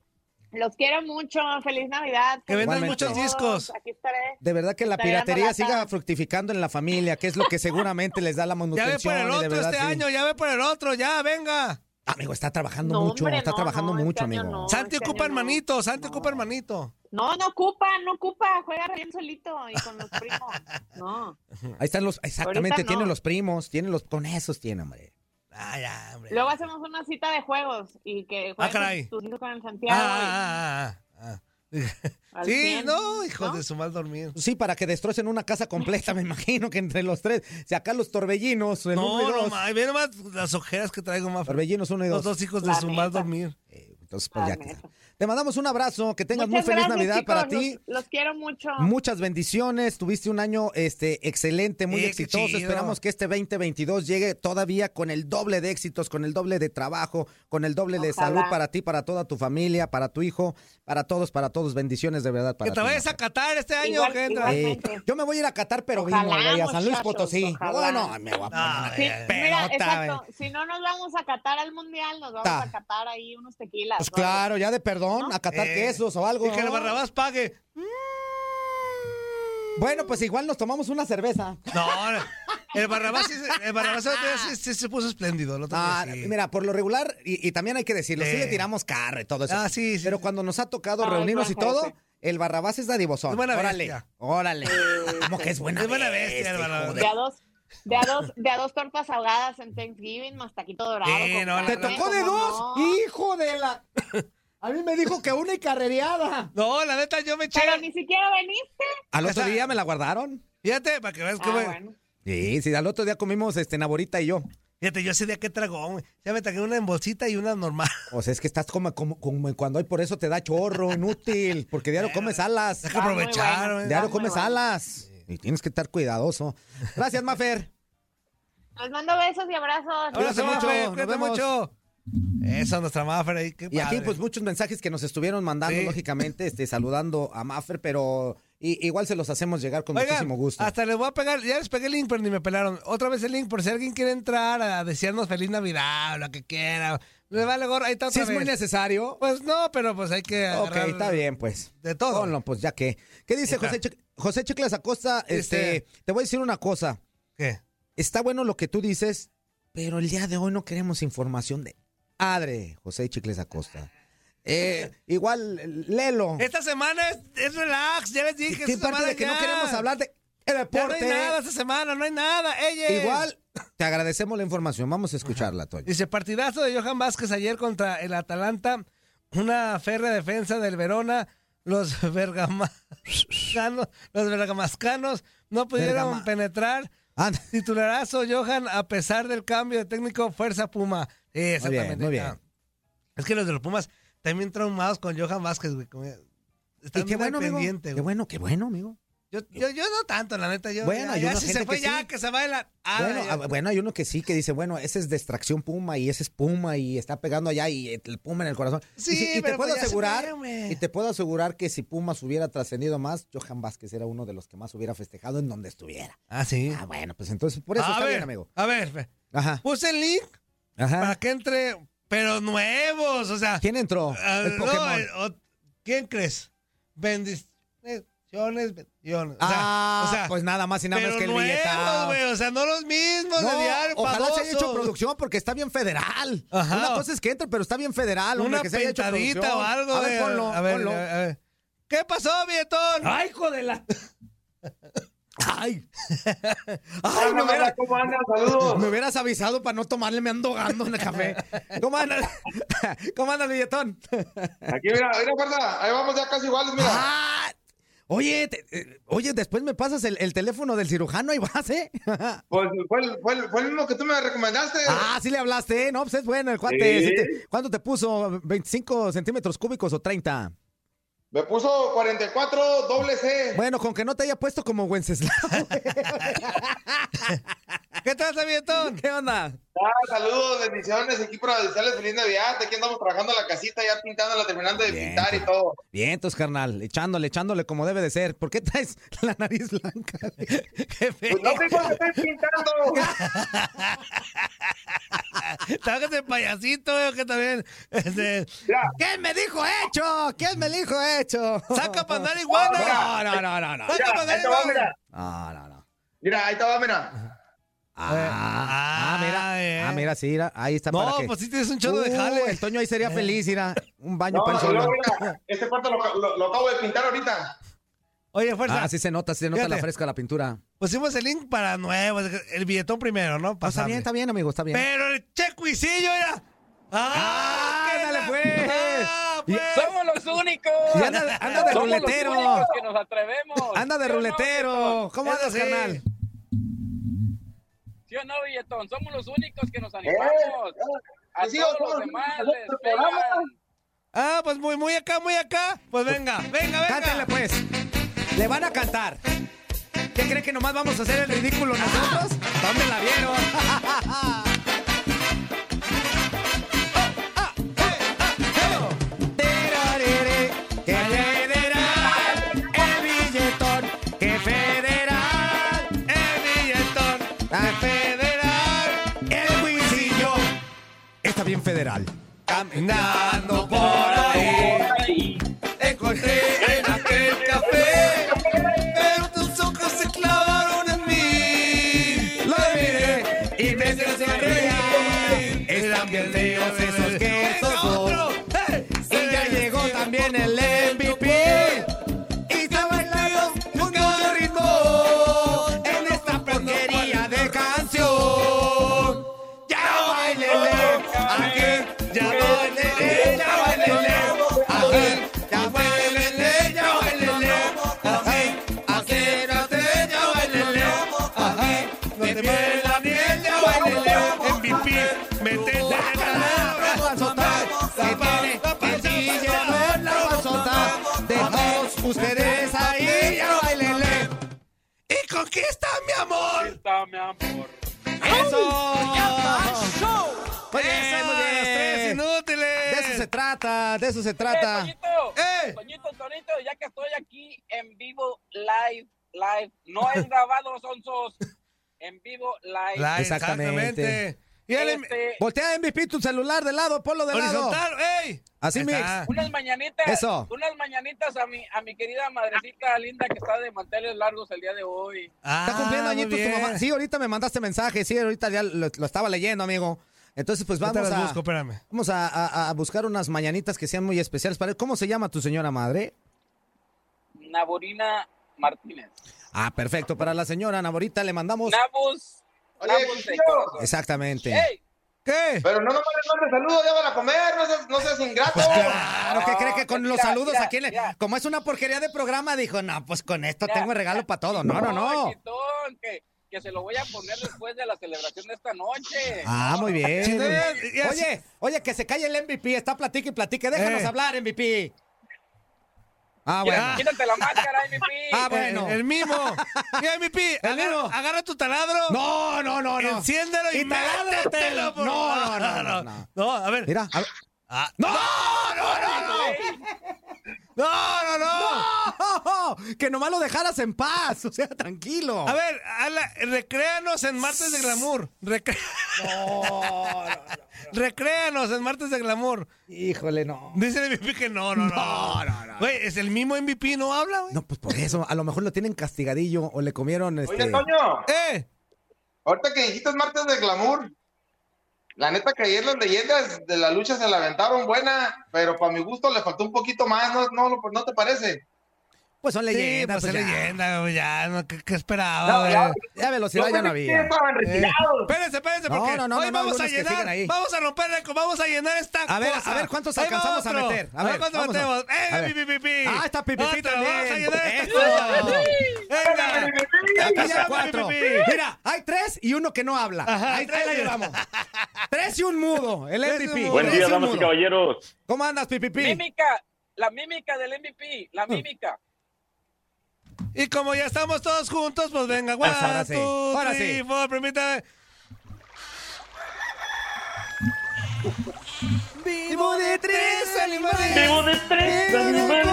[SPEAKER 5] Los quiero mucho, feliz Navidad.
[SPEAKER 3] Que vendan
[SPEAKER 5] Feliz Navidad
[SPEAKER 3] muchos
[SPEAKER 5] a todos.
[SPEAKER 3] discos.
[SPEAKER 5] Aquí estaré.
[SPEAKER 4] De verdad que la
[SPEAKER 5] Estoy dando
[SPEAKER 4] piratería
[SPEAKER 5] lata.
[SPEAKER 4] siga fructificando en la familia, que es lo que seguramente les da la
[SPEAKER 3] ya
[SPEAKER 4] manutención.
[SPEAKER 3] ve por el
[SPEAKER 4] y de
[SPEAKER 3] otro
[SPEAKER 4] verdad,
[SPEAKER 3] este
[SPEAKER 4] sí.
[SPEAKER 3] año, ya ve por el otro, ya, venga.
[SPEAKER 4] Amigo, está trabajando
[SPEAKER 5] No,
[SPEAKER 4] mucho,
[SPEAKER 5] hombre,
[SPEAKER 4] está
[SPEAKER 5] no,
[SPEAKER 4] trabajando
[SPEAKER 5] no, este
[SPEAKER 4] mucho,
[SPEAKER 5] año
[SPEAKER 4] amigo.
[SPEAKER 5] no.
[SPEAKER 3] Santi
[SPEAKER 5] este
[SPEAKER 3] ocupa
[SPEAKER 5] año no.
[SPEAKER 3] hermanito, Santi
[SPEAKER 5] No.
[SPEAKER 3] ocupa hermanito.
[SPEAKER 5] No, no ocupa, no ocupa, juega bien solito y con los primos. No.
[SPEAKER 4] Ahí están los, exactamente,
[SPEAKER 5] no.
[SPEAKER 4] tienen los primos, tienen los, con esos tiene, hombre.
[SPEAKER 3] Ah, ya, hombre.
[SPEAKER 5] Luego hacemos una cita de juegos y que
[SPEAKER 3] Ah, caray.
[SPEAKER 5] jueguen tus hijos con el
[SPEAKER 3] Ah,
[SPEAKER 5] Santiago.
[SPEAKER 3] ah, ah, ah, ah.
[SPEAKER 5] Al
[SPEAKER 3] Sí,
[SPEAKER 5] cien,
[SPEAKER 3] no, hijos
[SPEAKER 5] ¿no?
[SPEAKER 3] de su mal dormir.
[SPEAKER 4] Sí, para que destrocen una casa completa, me imagino que entre los tres. Si acá los torbellinos, el uno y
[SPEAKER 3] No, no,
[SPEAKER 4] dos,
[SPEAKER 3] ma, ve nomás las ojeras que traigo, Maffer.
[SPEAKER 4] torbellinos uno y
[SPEAKER 3] Los
[SPEAKER 4] dos.
[SPEAKER 3] dos hijos de
[SPEAKER 5] La
[SPEAKER 3] su mal
[SPEAKER 5] neta.
[SPEAKER 3] dormir.
[SPEAKER 4] Eh, Entonces, pues
[SPEAKER 5] Ah,
[SPEAKER 4] ya
[SPEAKER 5] me
[SPEAKER 4] queda.
[SPEAKER 5] dejo.
[SPEAKER 4] Te mandamos un abrazo, que tengas
[SPEAKER 5] Muchas
[SPEAKER 4] muy feliz
[SPEAKER 5] gracias,
[SPEAKER 4] Navidad
[SPEAKER 5] chicos,
[SPEAKER 4] para
[SPEAKER 5] los-
[SPEAKER 4] ti.
[SPEAKER 5] Los, quiero mucho.
[SPEAKER 4] Muchas bendiciones, tuviste un año este excelente, muy
[SPEAKER 3] Sí, Eh, qué
[SPEAKER 4] exitoso.
[SPEAKER 3] chido.
[SPEAKER 4] Esperamos que este 2022 llegue todavía con el doble de éxitos, con el doble de trabajo, con el doble de
[SPEAKER 5] Ojalá.
[SPEAKER 4] salud para ti, para toda tu familia, para tu hijo, para todos, para todos. Bendiciones de verdad para
[SPEAKER 3] Que te
[SPEAKER 4] ti,
[SPEAKER 3] vayas
[SPEAKER 4] Mafer.
[SPEAKER 3] a Qatar este año,
[SPEAKER 5] Igual-
[SPEAKER 3] que entra.
[SPEAKER 5] igual.
[SPEAKER 4] Eh,
[SPEAKER 5] Igualmente.
[SPEAKER 4] yo me voy a ir a Qatar, pero
[SPEAKER 5] Ojalá,
[SPEAKER 4] vino güey, a San Luis
[SPEAKER 5] muchachos,
[SPEAKER 4] Potosí.
[SPEAKER 5] ojalá.
[SPEAKER 4] Bueno, me voy a
[SPEAKER 3] No,
[SPEAKER 5] Sí,
[SPEAKER 3] eh,
[SPEAKER 5] mira,
[SPEAKER 4] pelota,
[SPEAKER 5] exacto. Si no nos vamos a Catar al mundial, nos vamos
[SPEAKER 4] Ta.
[SPEAKER 5] a Catar ahí unos tequilas.
[SPEAKER 4] Pues
[SPEAKER 5] o algo.
[SPEAKER 4] claro, ya de perdón, a Qatar
[SPEAKER 3] Eh,
[SPEAKER 4] quesos o algo.
[SPEAKER 3] Y que el
[SPEAKER 4] ¿no?
[SPEAKER 3] Barrabás pague.
[SPEAKER 4] Bueno, pues igual nos tomamos una cerveza.
[SPEAKER 3] No, no. el Barrabás, sí se- el Barrabás el otro día sí, sí se puso espléndido. lo tengo que
[SPEAKER 4] Ah,
[SPEAKER 3] decir.
[SPEAKER 4] Mira, por lo regular, y, y también hay que decirlo, sí
[SPEAKER 3] Eh.
[SPEAKER 4] le tiramos carro y todo eso.
[SPEAKER 3] Ah, sí, sí,
[SPEAKER 4] Pero
[SPEAKER 3] sí.
[SPEAKER 4] cuando nos ha tocado
[SPEAKER 5] Ay,
[SPEAKER 4] reunirnos y
[SPEAKER 5] buen
[SPEAKER 4] todo,
[SPEAKER 5] jefe.
[SPEAKER 4] el Barrabás es dadivosón.
[SPEAKER 3] Es buena
[SPEAKER 4] órale,
[SPEAKER 3] bestia.
[SPEAKER 4] órale. Como que es buena
[SPEAKER 3] Es buena
[SPEAKER 4] bestia,
[SPEAKER 3] bestia el
[SPEAKER 4] hijo
[SPEAKER 3] Barrabás.
[SPEAKER 4] de-
[SPEAKER 5] De a dos. De a, dos, de a dos tortas ahogadas en Thanksgiving, más taquito dorado.
[SPEAKER 3] Sí,
[SPEAKER 5] con
[SPEAKER 3] no, la-
[SPEAKER 4] ¡Te
[SPEAKER 5] carne,
[SPEAKER 4] tocó de
[SPEAKER 5] ¿cómo
[SPEAKER 4] dos!
[SPEAKER 5] no?
[SPEAKER 4] ¡Hijo de la! A mí me dijo que una y carrereada.
[SPEAKER 3] No, la neta, yo me eché.
[SPEAKER 5] Pero ni siquiera veniste.
[SPEAKER 4] Al otro
[SPEAKER 3] Esa-
[SPEAKER 4] día me la guardaron.
[SPEAKER 3] Fíjate, para que veas
[SPEAKER 5] Ah,
[SPEAKER 3] cómo.
[SPEAKER 5] bueno.
[SPEAKER 4] Sí, sí, al otro día comimos este Naborita y yo.
[SPEAKER 3] Fíjate, yo ese día que tragón. güey. Ya me tragué una en bolsita y una normal.
[SPEAKER 4] O sea, es que estás como, como, como cuando hay por eso te da chorro, inútil, porque diario comes alas.
[SPEAKER 3] Hay que
[SPEAKER 5] Ah, muy
[SPEAKER 3] aprovechar.
[SPEAKER 5] bueno.
[SPEAKER 3] güey.
[SPEAKER 5] Ya.
[SPEAKER 4] Diario
[SPEAKER 5] muy
[SPEAKER 4] comes
[SPEAKER 5] bueno.
[SPEAKER 4] alas. Y tienes que estar cuidadoso. Gracias, Mafer.
[SPEAKER 5] Les mando besos y abrazos.
[SPEAKER 3] Cuídate
[SPEAKER 4] Cuídate mucho,
[SPEAKER 3] mucho,
[SPEAKER 4] nos
[SPEAKER 3] cuídate
[SPEAKER 4] vemos.
[SPEAKER 3] mucho. Eso, nuestra Mafra ahí. qué
[SPEAKER 4] Y aquí,
[SPEAKER 3] padre.
[SPEAKER 4] pues, muchos mensajes que nos estuvieron mandando,
[SPEAKER 3] Sí.
[SPEAKER 4] lógicamente, este, saludando a Mafer, pero i- igual se los hacemos llegar con
[SPEAKER 3] Oigan,
[SPEAKER 4] muchísimo gusto.
[SPEAKER 3] Hasta les voy a pegar, ya les pegué el link, pero ni me pelaron. Otra vez el link, por si alguien quiere entrar a desearnos feliz Navidad o lo que quiera. Le vale gorro, ahí está
[SPEAKER 4] Si
[SPEAKER 3] otra
[SPEAKER 4] es muy
[SPEAKER 3] vez.
[SPEAKER 4] necesario.
[SPEAKER 3] Pues no, pero pues hay que.
[SPEAKER 4] Ok,
[SPEAKER 3] agarrar
[SPEAKER 4] está bien, pues.
[SPEAKER 3] De todo.
[SPEAKER 4] Ponlo, pues ya que. ¿Qué dice
[SPEAKER 3] Ajá.
[SPEAKER 4] José, Chic- José Chicles Acosta? Este, te voy a decir una cosa.
[SPEAKER 3] ¿Qué?
[SPEAKER 4] Está bueno lo que tú dices, pero el día de hoy no queremos información de padre, José Chicles Acosta. Eh, igual, léelo.
[SPEAKER 3] Esta semana es, es relax, ya les dije.
[SPEAKER 4] ¿Qué
[SPEAKER 3] esta
[SPEAKER 4] parte
[SPEAKER 3] semana
[SPEAKER 4] de que no
[SPEAKER 3] ya.
[SPEAKER 4] queremos hablar de
[SPEAKER 3] Ya
[SPEAKER 4] deporte?
[SPEAKER 3] no hay nada esta semana, no hay nada. Ella.
[SPEAKER 4] Igual, te agradecemos la información. Vamos a escucharla, Toño.
[SPEAKER 3] Dice, partidazo de Johan Vázquez ayer contra el Atalanta. Una férrea defensa del Verona. Los bergamascanos, los bergamascanos no pudieron
[SPEAKER 4] Bergama-
[SPEAKER 3] penetrar.
[SPEAKER 4] Anda.
[SPEAKER 3] Titularazo Johan a pesar del cambio de técnico, fuerza Puma. Sí,
[SPEAKER 4] Muy bien,
[SPEAKER 3] exactamente.
[SPEAKER 4] muy bien.
[SPEAKER 3] Ah. Es que los de los Pumas también traumados con Johan Vázquez, güey. como- Están
[SPEAKER 4] Y qué
[SPEAKER 3] bien al
[SPEAKER 4] bueno, amigo.
[SPEAKER 3] pendiente,
[SPEAKER 4] Qué
[SPEAKER 3] güey.
[SPEAKER 4] bueno, qué bueno, amigo.
[SPEAKER 3] Yo, yo, yo no tanto, la neta. Yo,
[SPEAKER 4] Bueno,
[SPEAKER 3] ya,
[SPEAKER 4] hay
[SPEAKER 3] ya
[SPEAKER 4] una
[SPEAKER 3] si
[SPEAKER 4] gente
[SPEAKER 3] se fue
[SPEAKER 4] que
[SPEAKER 3] ya,
[SPEAKER 4] sí.
[SPEAKER 3] que se baila. Ah,
[SPEAKER 4] Bueno,
[SPEAKER 3] ya.
[SPEAKER 4] ah, bueno, hay uno que sí que dice, bueno, ese es distracción Puma y ese es Puma y está pegando allá y el Puma en el corazón. Y
[SPEAKER 3] Sí,
[SPEAKER 4] y, te
[SPEAKER 3] pero
[SPEAKER 4] puedo
[SPEAKER 3] pues ya se
[SPEAKER 4] asegurar,
[SPEAKER 3] fue, güey.
[SPEAKER 4] y te puedo asegurar que si Pumas hubiera trascendido más, Johan Vázquez era uno de los que más hubiera festejado en donde estuviera.
[SPEAKER 3] ah, sí.
[SPEAKER 4] Ah, bueno, pues entonces por eso
[SPEAKER 3] a
[SPEAKER 4] está
[SPEAKER 3] ver,
[SPEAKER 4] bien, amigo.
[SPEAKER 3] A ver,
[SPEAKER 4] Ajá.
[SPEAKER 3] puse el link para
[SPEAKER 4] Ajá.
[SPEAKER 3] que entre, pero nuevos, o sea.
[SPEAKER 4] ¿Quién entró?
[SPEAKER 3] ah,
[SPEAKER 4] el
[SPEAKER 3] no,
[SPEAKER 4] Pokémon.
[SPEAKER 3] el- o- ¿Quién crees? Bendiciones, bendiciones. O sea,
[SPEAKER 4] ah,
[SPEAKER 3] o sea,
[SPEAKER 4] pues nada más y nada
[SPEAKER 3] pero
[SPEAKER 4] más que el
[SPEAKER 3] nuevos,
[SPEAKER 4] billetao.
[SPEAKER 3] güey, o sea, no los mismos
[SPEAKER 4] No,
[SPEAKER 3] de diario,
[SPEAKER 4] ojalá se haya hecho
[SPEAKER 3] pavosos.
[SPEAKER 4] producción porque está bien federal.
[SPEAKER 3] Ajá.
[SPEAKER 4] Una cosa es que entre, pero está bien federal. hombre,
[SPEAKER 3] Una
[SPEAKER 4] que se haya hecho
[SPEAKER 3] pentadita
[SPEAKER 4] producción.
[SPEAKER 3] o algo.
[SPEAKER 4] A ver,
[SPEAKER 3] güey.
[SPEAKER 4] ponlo,
[SPEAKER 3] a ver,
[SPEAKER 4] ponlo.
[SPEAKER 3] a ver. ¿Qué pasó, billetón?
[SPEAKER 4] ¡Ay, hijo de la... ¡Ay! ¡Ay,
[SPEAKER 6] Hola,
[SPEAKER 4] me
[SPEAKER 6] banda,
[SPEAKER 4] hubieras,
[SPEAKER 6] ¿Cómo andan? Saludos.
[SPEAKER 4] me hubieras avisado para no tomarle, me ando ahogando en el café. ¿Cómo andas? ¿Cómo andas, billetón?
[SPEAKER 6] Aquí, mira, mira, guarda. Ahí vamos ya casi
[SPEAKER 3] Pues
[SPEAKER 6] iguales, mira.
[SPEAKER 4] Ah, oye, te- eh, oye, después me pasas el, el teléfono del cirujano y vas, ¿eh?
[SPEAKER 6] Pues fue, el- fue, el- fue el mismo que tú me recomendaste.
[SPEAKER 4] Ah, sí le hablaste, ¿eh? No, pues es bueno el cuate.
[SPEAKER 6] Sí.
[SPEAKER 4] sí te- ¿Cuánto te puso? ¿25 centímetros cúbicos o 30?
[SPEAKER 6] Me puso 44 doble C.
[SPEAKER 4] Bueno, con que no te haya puesto como Wenceslao.
[SPEAKER 3] ¿Qué traza, billetón?
[SPEAKER 4] ¿Qué onda?
[SPEAKER 6] Ah, saludos, bendiciones. Aquí para desearles feliz Navidad. Aquí andamos trabajando la casita, ya pintándola, terminando de
[SPEAKER 4] Bien,
[SPEAKER 6] pintar y todo.
[SPEAKER 4] Vientos, carnal, echándole, echándole como debe de ser. ¿Por qué traes la nariz blanca? Qué feo.
[SPEAKER 6] Pues no tengo que estar pintando.
[SPEAKER 3] Trabajas de payasito, veo que también. Este,
[SPEAKER 6] Mira,
[SPEAKER 4] ¿Quién me dijo hecho? ¿Quién me dijo hecho?
[SPEAKER 3] saca para andar igual,
[SPEAKER 4] No, no, no, no, no.
[SPEAKER 3] Saca
[SPEAKER 6] mira,
[SPEAKER 3] para andar
[SPEAKER 6] ahí te va,
[SPEAKER 3] igual.
[SPEAKER 6] mira.
[SPEAKER 4] No, no, no.
[SPEAKER 6] Mira, ahí te va, mira.
[SPEAKER 4] Ah, ah, mira,
[SPEAKER 3] eh.
[SPEAKER 4] ah, mira, sí, mira, ahí está para
[SPEAKER 3] No,
[SPEAKER 4] que...
[SPEAKER 3] pues sí tienes un chorro de
[SPEAKER 4] Uh,
[SPEAKER 3] jale.
[SPEAKER 4] el Toño ahí sería feliz, mira, un baño
[SPEAKER 6] No,
[SPEAKER 4] para el
[SPEAKER 6] y luego,
[SPEAKER 4] solo.
[SPEAKER 6] mira, este cuarto lo, lo- lo acabo de pintar ahorita.
[SPEAKER 3] Oye, fuerza.
[SPEAKER 4] Ah, sí se nota, sí se nota
[SPEAKER 3] Fíjate.
[SPEAKER 4] la fresca la pintura.
[SPEAKER 3] Pusimos el link para nuevos. El billetón primero, ¿no?
[SPEAKER 4] Ah, está
[SPEAKER 3] Pasable.
[SPEAKER 4] bien, está bien, amigo, está bien.
[SPEAKER 3] Pero el checuicillo era. ¡Ah!
[SPEAKER 4] Ah,
[SPEAKER 3] que
[SPEAKER 4] ándale,
[SPEAKER 3] la-
[SPEAKER 4] pues.
[SPEAKER 3] ¡Ah,
[SPEAKER 4] Y-
[SPEAKER 3] pues!
[SPEAKER 7] Somos los únicos.
[SPEAKER 4] Y anda, anda de
[SPEAKER 7] Somos
[SPEAKER 4] ruletero.
[SPEAKER 7] Los únicos que nos atrevemos.
[SPEAKER 4] Anda de
[SPEAKER 7] ¿Sí o no,
[SPEAKER 4] ruletero.
[SPEAKER 7] billetón?
[SPEAKER 4] ¿Cómo
[SPEAKER 3] Eso
[SPEAKER 4] andas,
[SPEAKER 3] sí.
[SPEAKER 4] carnal?
[SPEAKER 7] ¿Sí o no, billetón? Somos los únicos que nos
[SPEAKER 6] Eh,
[SPEAKER 7] animamos.
[SPEAKER 6] eh,
[SPEAKER 7] A
[SPEAKER 6] sí,
[SPEAKER 7] todos
[SPEAKER 6] somos
[SPEAKER 7] los
[SPEAKER 6] los
[SPEAKER 7] demás
[SPEAKER 6] únicos que
[SPEAKER 7] les
[SPEAKER 6] nos
[SPEAKER 7] pegan.
[SPEAKER 6] animamos.
[SPEAKER 3] Ah, pues muy, muy acá, muy acá. Pues venga, venga, venga.
[SPEAKER 4] Cántenle pues. Le van a cantar. ¿Qué creen que nomás vamos a hacer el ridículo nosotros?
[SPEAKER 3] Ah.
[SPEAKER 4] ¿Dónde la vieron? Terarere, Que federal el billetón, que federal el billetón, que federal el huisillo. Está bien federal. Caminando por ahí. Te encontré en aquel café, pero tus ojos se clavaron en mí. La miré y me hicieron sonreír. Están bien feos esos quesos. dos. Y ya llegó también el MVP. Y está bailando con mucho ritmo en esta porquería de canción. Ya bailele, aquí, ya bailele, ya bailele, aquí, ya bailele, ya bailele, aquí, aquí, aquí, ya bailele, aquí, donde mueve la miel, ya bailele, en mi pie, metete la palabra, no va a soltar, que tiene que ti llevar la va a soltar, dejamos ustedes ahí, ya bailele, y conquista mi amor.
[SPEAKER 7] Está, mi amor.
[SPEAKER 4] ¡Eso! Oye,
[SPEAKER 3] Eso,
[SPEAKER 4] muy bien, los tres inútiles.
[SPEAKER 3] inútiles.
[SPEAKER 4] De eso se trata, de eso se
[SPEAKER 7] Eh,
[SPEAKER 4] trata.
[SPEAKER 7] Toñito,
[SPEAKER 3] ¡Eh!
[SPEAKER 7] Toñito, Toñito, ya que estoy aquí en vivo, live, live. No es grabado, son sos. En vivo, live.
[SPEAKER 3] La-
[SPEAKER 4] Exactamente.
[SPEAKER 3] Y el em-
[SPEAKER 7] Este,
[SPEAKER 4] Voltea MVP tu celular de lado, ponlo de lado.
[SPEAKER 3] horizontal, ¡ey!
[SPEAKER 4] Así
[SPEAKER 3] Ahí
[SPEAKER 4] mix.
[SPEAKER 3] está.
[SPEAKER 7] unas mañanitas,
[SPEAKER 4] Eso.
[SPEAKER 7] unas mañanitas a mi, a mi querida madrecita linda que está de manteles largos el día de hoy.
[SPEAKER 3] Ah,
[SPEAKER 4] Está cumpliendo
[SPEAKER 3] muy
[SPEAKER 4] añitos tu
[SPEAKER 3] bien.
[SPEAKER 4] mamá. Sí, ahorita me mandaste mensaje, sí, ahorita ya lo, lo estaba leyendo, amigo. Entonces, pues
[SPEAKER 3] Ahorita
[SPEAKER 4] vamos
[SPEAKER 3] las
[SPEAKER 4] a,
[SPEAKER 3] busco, espérame.
[SPEAKER 4] vamos a, a- a buscar unas mañanitas que sean muy especiales para él. ¿Cómo se llama tu señora madre?
[SPEAKER 7] Naborina Martínez.
[SPEAKER 4] Ah, perfecto. Para la señora Naborita le mandamos.
[SPEAKER 7] Nabus.
[SPEAKER 6] Oye,
[SPEAKER 7] Nabus de
[SPEAKER 6] Gillo.
[SPEAKER 7] corazón.
[SPEAKER 4] Exactamente.
[SPEAKER 7] ¡Ey!
[SPEAKER 3] ¿Qué?
[SPEAKER 6] Pero no nomás les mande saludos, ya van a comer, no seas, no seas ingrato.
[SPEAKER 4] Claro, ¿qué cree que con
[SPEAKER 7] Mira,
[SPEAKER 4] los saludos
[SPEAKER 7] mira,
[SPEAKER 4] a quién le-
[SPEAKER 7] mira.
[SPEAKER 4] Como es una porquería de programa, dijo, no, pues con esto
[SPEAKER 7] Mira,
[SPEAKER 4] tengo regalo para todo. No, no,
[SPEAKER 7] Ay,
[SPEAKER 4] no.
[SPEAKER 7] Chitón, que, que se lo voy a poner después de la celebración de esta noche.
[SPEAKER 4] Ah, muy bien.
[SPEAKER 3] Sí, no, ya- ya-
[SPEAKER 4] Oye, oye, que se calle el MVP, está platique y platique, déjanos
[SPEAKER 3] Eh.
[SPEAKER 4] hablar, MVP. Ah,
[SPEAKER 7] Quí-
[SPEAKER 4] bueno.
[SPEAKER 7] Quítate la máscara, MVP.
[SPEAKER 4] Ah,
[SPEAKER 3] Eh,
[SPEAKER 4] bueno.
[SPEAKER 3] el mismo. Mira, mi pi,
[SPEAKER 4] El
[SPEAKER 3] agarra,
[SPEAKER 4] mismo.
[SPEAKER 3] agarra tu taladro.
[SPEAKER 4] No, no, no, no.
[SPEAKER 3] Enciéndelo y,
[SPEAKER 4] Y taládrate.
[SPEAKER 3] métetelo, por-
[SPEAKER 4] No, no, no, no, no.
[SPEAKER 3] No, a ver.
[SPEAKER 4] Mira, a ver.
[SPEAKER 3] Ah,
[SPEAKER 4] ¡No! ¡No, no, no!
[SPEAKER 3] no, no, no.
[SPEAKER 4] Que nomás lo dejaras en paz, o sea, tranquilo.
[SPEAKER 3] A ver, ala, recréanos en Martes de Glamour. Recré- recréanos en Martes de Glamour.
[SPEAKER 4] Híjole, no.
[SPEAKER 3] Dice el MVP que no, no, no.
[SPEAKER 4] No, no, no.
[SPEAKER 3] Güey, es el mismo MVP, no habla, güey.
[SPEAKER 4] No, pues por eso, a lo mejor lo tienen castigadillo o le comieron este.
[SPEAKER 6] Oye, Toño,
[SPEAKER 3] ¡Eh!
[SPEAKER 6] ahorita que dijiste martes de glamour, la neta que ayer las leyendas de la lucha se la aventaron buena, pero para mi gusto le faltó un poquito más, ¿no, no, no, te parece?
[SPEAKER 4] Pues son leyendas.
[SPEAKER 3] sí, pues es
[SPEAKER 4] pues ya.
[SPEAKER 3] leyenda, güey, ya, no, ¿qué, qué esperaba,
[SPEAKER 6] No,
[SPEAKER 3] güey?
[SPEAKER 6] ya.
[SPEAKER 4] Ya velocidad ya no había.
[SPEAKER 6] estaban retirados.
[SPEAKER 3] Espérense, espérense,
[SPEAKER 4] No,
[SPEAKER 3] porque
[SPEAKER 4] no, no,
[SPEAKER 3] hoy
[SPEAKER 4] no, no,
[SPEAKER 3] vamos a
[SPEAKER 4] algunos que
[SPEAKER 3] llenar,
[SPEAKER 4] sigan ahí.
[SPEAKER 3] vamos a romper récord, vamos a llenar esta
[SPEAKER 4] A ver,
[SPEAKER 3] cosa.
[SPEAKER 4] a ver cuántos
[SPEAKER 3] Ahí va
[SPEAKER 4] alcanzamos a
[SPEAKER 3] otro.
[SPEAKER 4] meter. A
[SPEAKER 3] A ver
[SPEAKER 4] ver,
[SPEAKER 3] cuántos metemos.
[SPEAKER 4] vámonos.
[SPEAKER 3] ¡Eh,
[SPEAKER 4] A ver.
[SPEAKER 3] pi, pi, pi!
[SPEAKER 4] Ah, está Pipi
[SPEAKER 3] Otro,
[SPEAKER 4] también.
[SPEAKER 3] Vamos a llenar esta
[SPEAKER 4] Eso.
[SPEAKER 3] cosa.
[SPEAKER 4] Venga.
[SPEAKER 3] ¡Venga!
[SPEAKER 4] Aquí
[SPEAKER 3] Empezamos,
[SPEAKER 4] ya cuatro.
[SPEAKER 3] Pipi.
[SPEAKER 4] Mira, hay tres y uno que no habla.
[SPEAKER 3] Ajá,
[SPEAKER 4] Ahí
[SPEAKER 3] tres
[SPEAKER 4] tres la
[SPEAKER 3] y-
[SPEAKER 4] llevamos. Tres y un mudo. El
[SPEAKER 3] Tres y un
[SPEAKER 4] MVP.
[SPEAKER 3] mudo.
[SPEAKER 8] Buen
[SPEAKER 4] Tres
[SPEAKER 8] día,
[SPEAKER 4] un
[SPEAKER 8] damas y
[SPEAKER 4] mudo.
[SPEAKER 8] caballeros.
[SPEAKER 4] ¿Cómo andas, Pipipi?
[SPEAKER 7] Mímica, la mímica del MVP, la mímica.
[SPEAKER 3] Y como ya estamos todos juntos, pues venga, one,
[SPEAKER 4] Pues ahora sí,
[SPEAKER 3] two,
[SPEAKER 4] ahora
[SPEAKER 3] three,
[SPEAKER 4] sí.
[SPEAKER 3] four, permítame.
[SPEAKER 4] Vivo de tres animales.
[SPEAKER 8] Vivo de tres animales.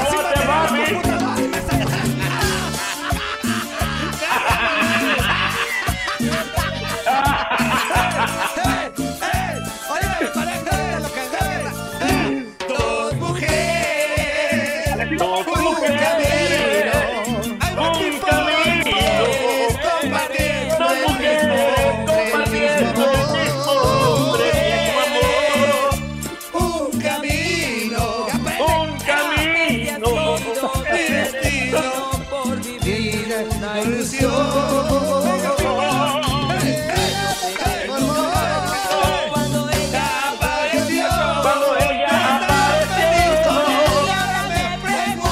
[SPEAKER 8] el
[SPEAKER 4] sin
[SPEAKER 8] bote,
[SPEAKER 4] batería,
[SPEAKER 8] mami.
[SPEAKER 4] hijo de puta madre, me salió. ¡Hey! ¡Hey! Oye, pareja, lo que agarra. ¡Hey! Dos mujeres.
[SPEAKER 8] Dos mujeres. Un camino. Dos mujeres compartiendo el mismo hombre,
[SPEAKER 3] Eh,
[SPEAKER 8] el
[SPEAKER 4] Un camino,
[SPEAKER 8] mismo amor. Un camino.
[SPEAKER 4] mi destino por vivir es una ilusión. Cuando ella apareció,
[SPEAKER 8] Cuando ella apareció.
[SPEAKER 4] y ahora me pregunto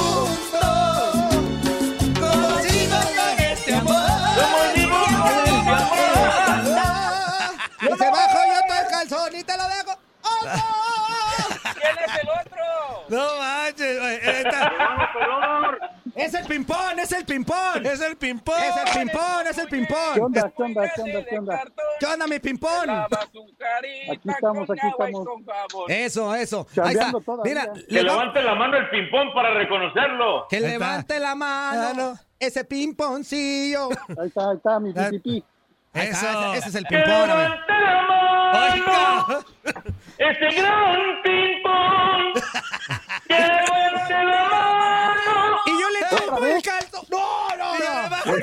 [SPEAKER 4] cómo sigo con este amor. Yo te bajo, yo todo el calzón y te lo dejo.
[SPEAKER 7] ¿Quién es el otro?
[SPEAKER 3] No manches. oye, ahí está.
[SPEAKER 4] Es el ping-pong, es el ping-pong.
[SPEAKER 3] Es el ping-pong.
[SPEAKER 4] Es el ping-pong, es el ping-pong.
[SPEAKER 7] ¿Qué onda, qué onda, qué onda?
[SPEAKER 4] ¿Qué onda, mi ping-pong?
[SPEAKER 7] Aquí estamos, aquí estamos. Con jabón.
[SPEAKER 4] Eso, eso. Ahí está. Mira,
[SPEAKER 8] Que
[SPEAKER 4] leva-
[SPEAKER 8] levante la mano el ping-pong para reconocerlo.
[SPEAKER 4] que
[SPEAKER 3] está.
[SPEAKER 4] levante la
[SPEAKER 3] Ah,
[SPEAKER 4] mano.
[SPEAKER 3] no.
[SPEAKER 4] Ese ping-pongcillo. Ahí está,
[SPEAKER 3] Eso.
[SPEAKER 4] Ese ese es el
[SPEAKER 8] Que
[SPEAKER 4] ping-pong. a ver.
[SPEAKER 8] levante la mano.
[SPEAKER 3] Oiga.
[SPEAKER 8] Este gran ping-pong. este Que levante la mano.
[SPEAKER 4] Y yo le tomo el calzón. No, no,
[SPEAKER 3] Y yo
[SPEAKER 4] no.
[SPEAKER 3] le bajo el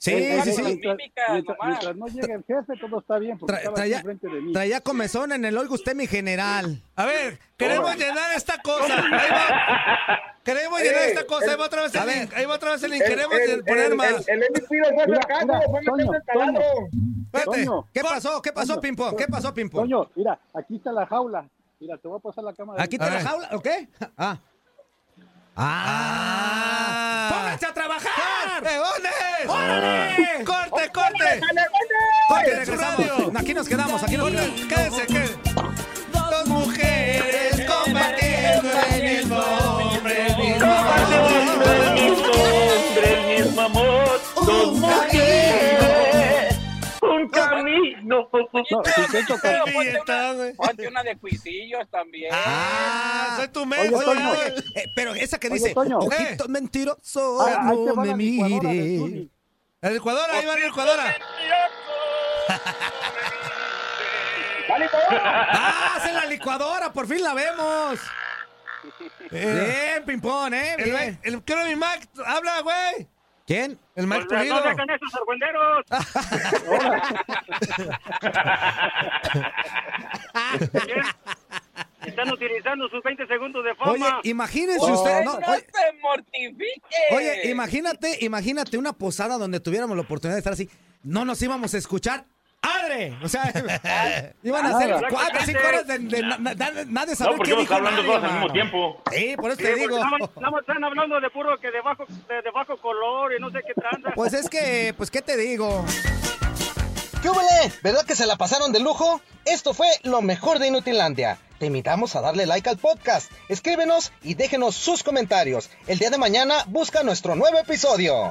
[SPEAKER 4] Sí, sí, sí.
[SPEAKER 7] Mímica, nomás.
[SPEAKER 4] Tra- traía, traía comezón en el oiga usted, mi general.
[SPEAKER 3] A ver, queremos llenar esta cosa. Ahí va. Queremos llenar esta cosa. Ahí va otra vez el link. Ahí va otra vez el link. Queremos poner más.
[SPEAKER 6] Eh, El MVP lo fue sacando, fue metiendo el taladro.
[SPEAKER 4] Espérate, ¿Qué pasó? ¿Qué pasó, Pimpo? ¿Qué pasó, Pimpo?
[SPEAKER 9] Coño, mira, aquí está la jaula. Mira, te voy a pasar la cámara.
[SPEAKER 4] ¿Aquí
[SPEAKER 3] A
[SPEAKER 4] te la
[SPEAKER 3] ver.
[SPEAKER 4] jaula? ¿O qué? Ah. ¡Ah! ¡Pónganse a trabajar!
[SPEAKER 3] ¡Órale! ¡Corte, corte!
[SPEAKER 4] Corte,
[SPEAKER 3] en su radio.
[SPEAKER 4] regresamos. Aquí nos quedamos, aquí nos quedamos.
[SPEAKER 3] Quédense, quédense. Dos mujeres combatiendo el mismo hombre, el
[SPEAKER 8] El
[SPEAKER 3] mismo
[SPEAKER 8] mismo hombre, el mismo amor. Dos mujeres. Un camino.
[SPEAKER 3] Qué
[SPEAKER 7] Pero ponte, una,
[SPEAKER 3] billetón, pues, güey.
[SPEAKER 7] ponte una de cuisillos también.
[SPEAKER 3] Ah, soy tu
[SPEAKER 9] Oye,
[SPEAKER 3] menso,
[SPEAKER 9] Toño.
[SPEAKER 3] güey. Eh,
[SPEAKER 4] Eh, pero esa que dice,
[SPEAKER 9] Toño.
[SPEAKER 4] ojito mentiroso,
[SPEAKER 9] Ah, ahí te
[SPEAKER 4] no
[SPEAKER 9] va
[SPEAKER 4] me
[SPEAKER 9] la licuadora de
[SPEAKER 4] mire.
[SPEAKER 9] Zuni.
[SPEAKER 3] La licuadora, ahí va la licuadora.
[SPEAKER 6] Dale, cabrón.
[SPEAKER 4] ¡Ah, en la licuadora! ¡Por fin la vemos! Bien, ping-pong, ¿eh?
[SPEAKER 3] El,
[SPEAKER 4] Bien.
[SPEAKER 3] el, quiero mi Mac, habla, güey.
[SPEAKER 4] ¿Quién?
[SPEAKER 10] El Max
[SPEAKER 3] Pues,
[SPEAKER 10] Pulido.
[SPEAKER 3] No sacan esos argüenderos. ¿Qué? Están utilizando sus 20 segundos de
[SPEAKER 4] Oye,
[SPEAKER 3] fama.
[SPEAKER 4] imagínense
[SPEAKER 9] Oh.
[SPEAKER 11] Oye,
[SPEAKER 4] usted.
[SPEAKER 11] no,
[SPEAKER 4] no, oye,
[SPEAKER 11] se mortifique.
[SPEAKER 4] Oye, imagínate, imagínate una posada donde tuviéramos la oportunidad de estar así. No nos íbamos a escuchar. ¡Adre! O sea, iban a ser
[SPEAKER 3] Exactamente.
[SPEAKER 4] cuatro, cinco horas de, de na- na- na- nadie
[SPEAKER 12] No,
[SPEAKER 4] saber
[SPEAKER 12] porque
[SPEAKER 4] qué
[SPEAKER 12] vamos
[SPEAKER 4] dijo
[SPEAKER 12] hablando
[SPEAKER 4] nadie,
[SPEAKER 12] todos al mismo
[SPEAKER 4] mano.
[SPEAKER 12] tiempo.
[SPEAKER 4] Sí, por eso
[SPEAKER 3] Sí,
[SPEAKER 4] te
[SPEAKER 3] porque
[SPEAKER 4] digo.
[SPEAKER 3] estaban- estaban- están hablando de puro que de bajo, de, de bajo color y no sé qué tranza.
[SPEAKER 4] Pues es que, pues qué te digo.
[SPEAKER 2] ¿Qué hubole? ¿Verdad que se la pasaron de lujo? Esto fue lo mejor de Inutilandia. Te invitamos a darle like al podcast, escríbenos y déjenos sus comentarios. El día de mañana busca nuestro nuevo episodio.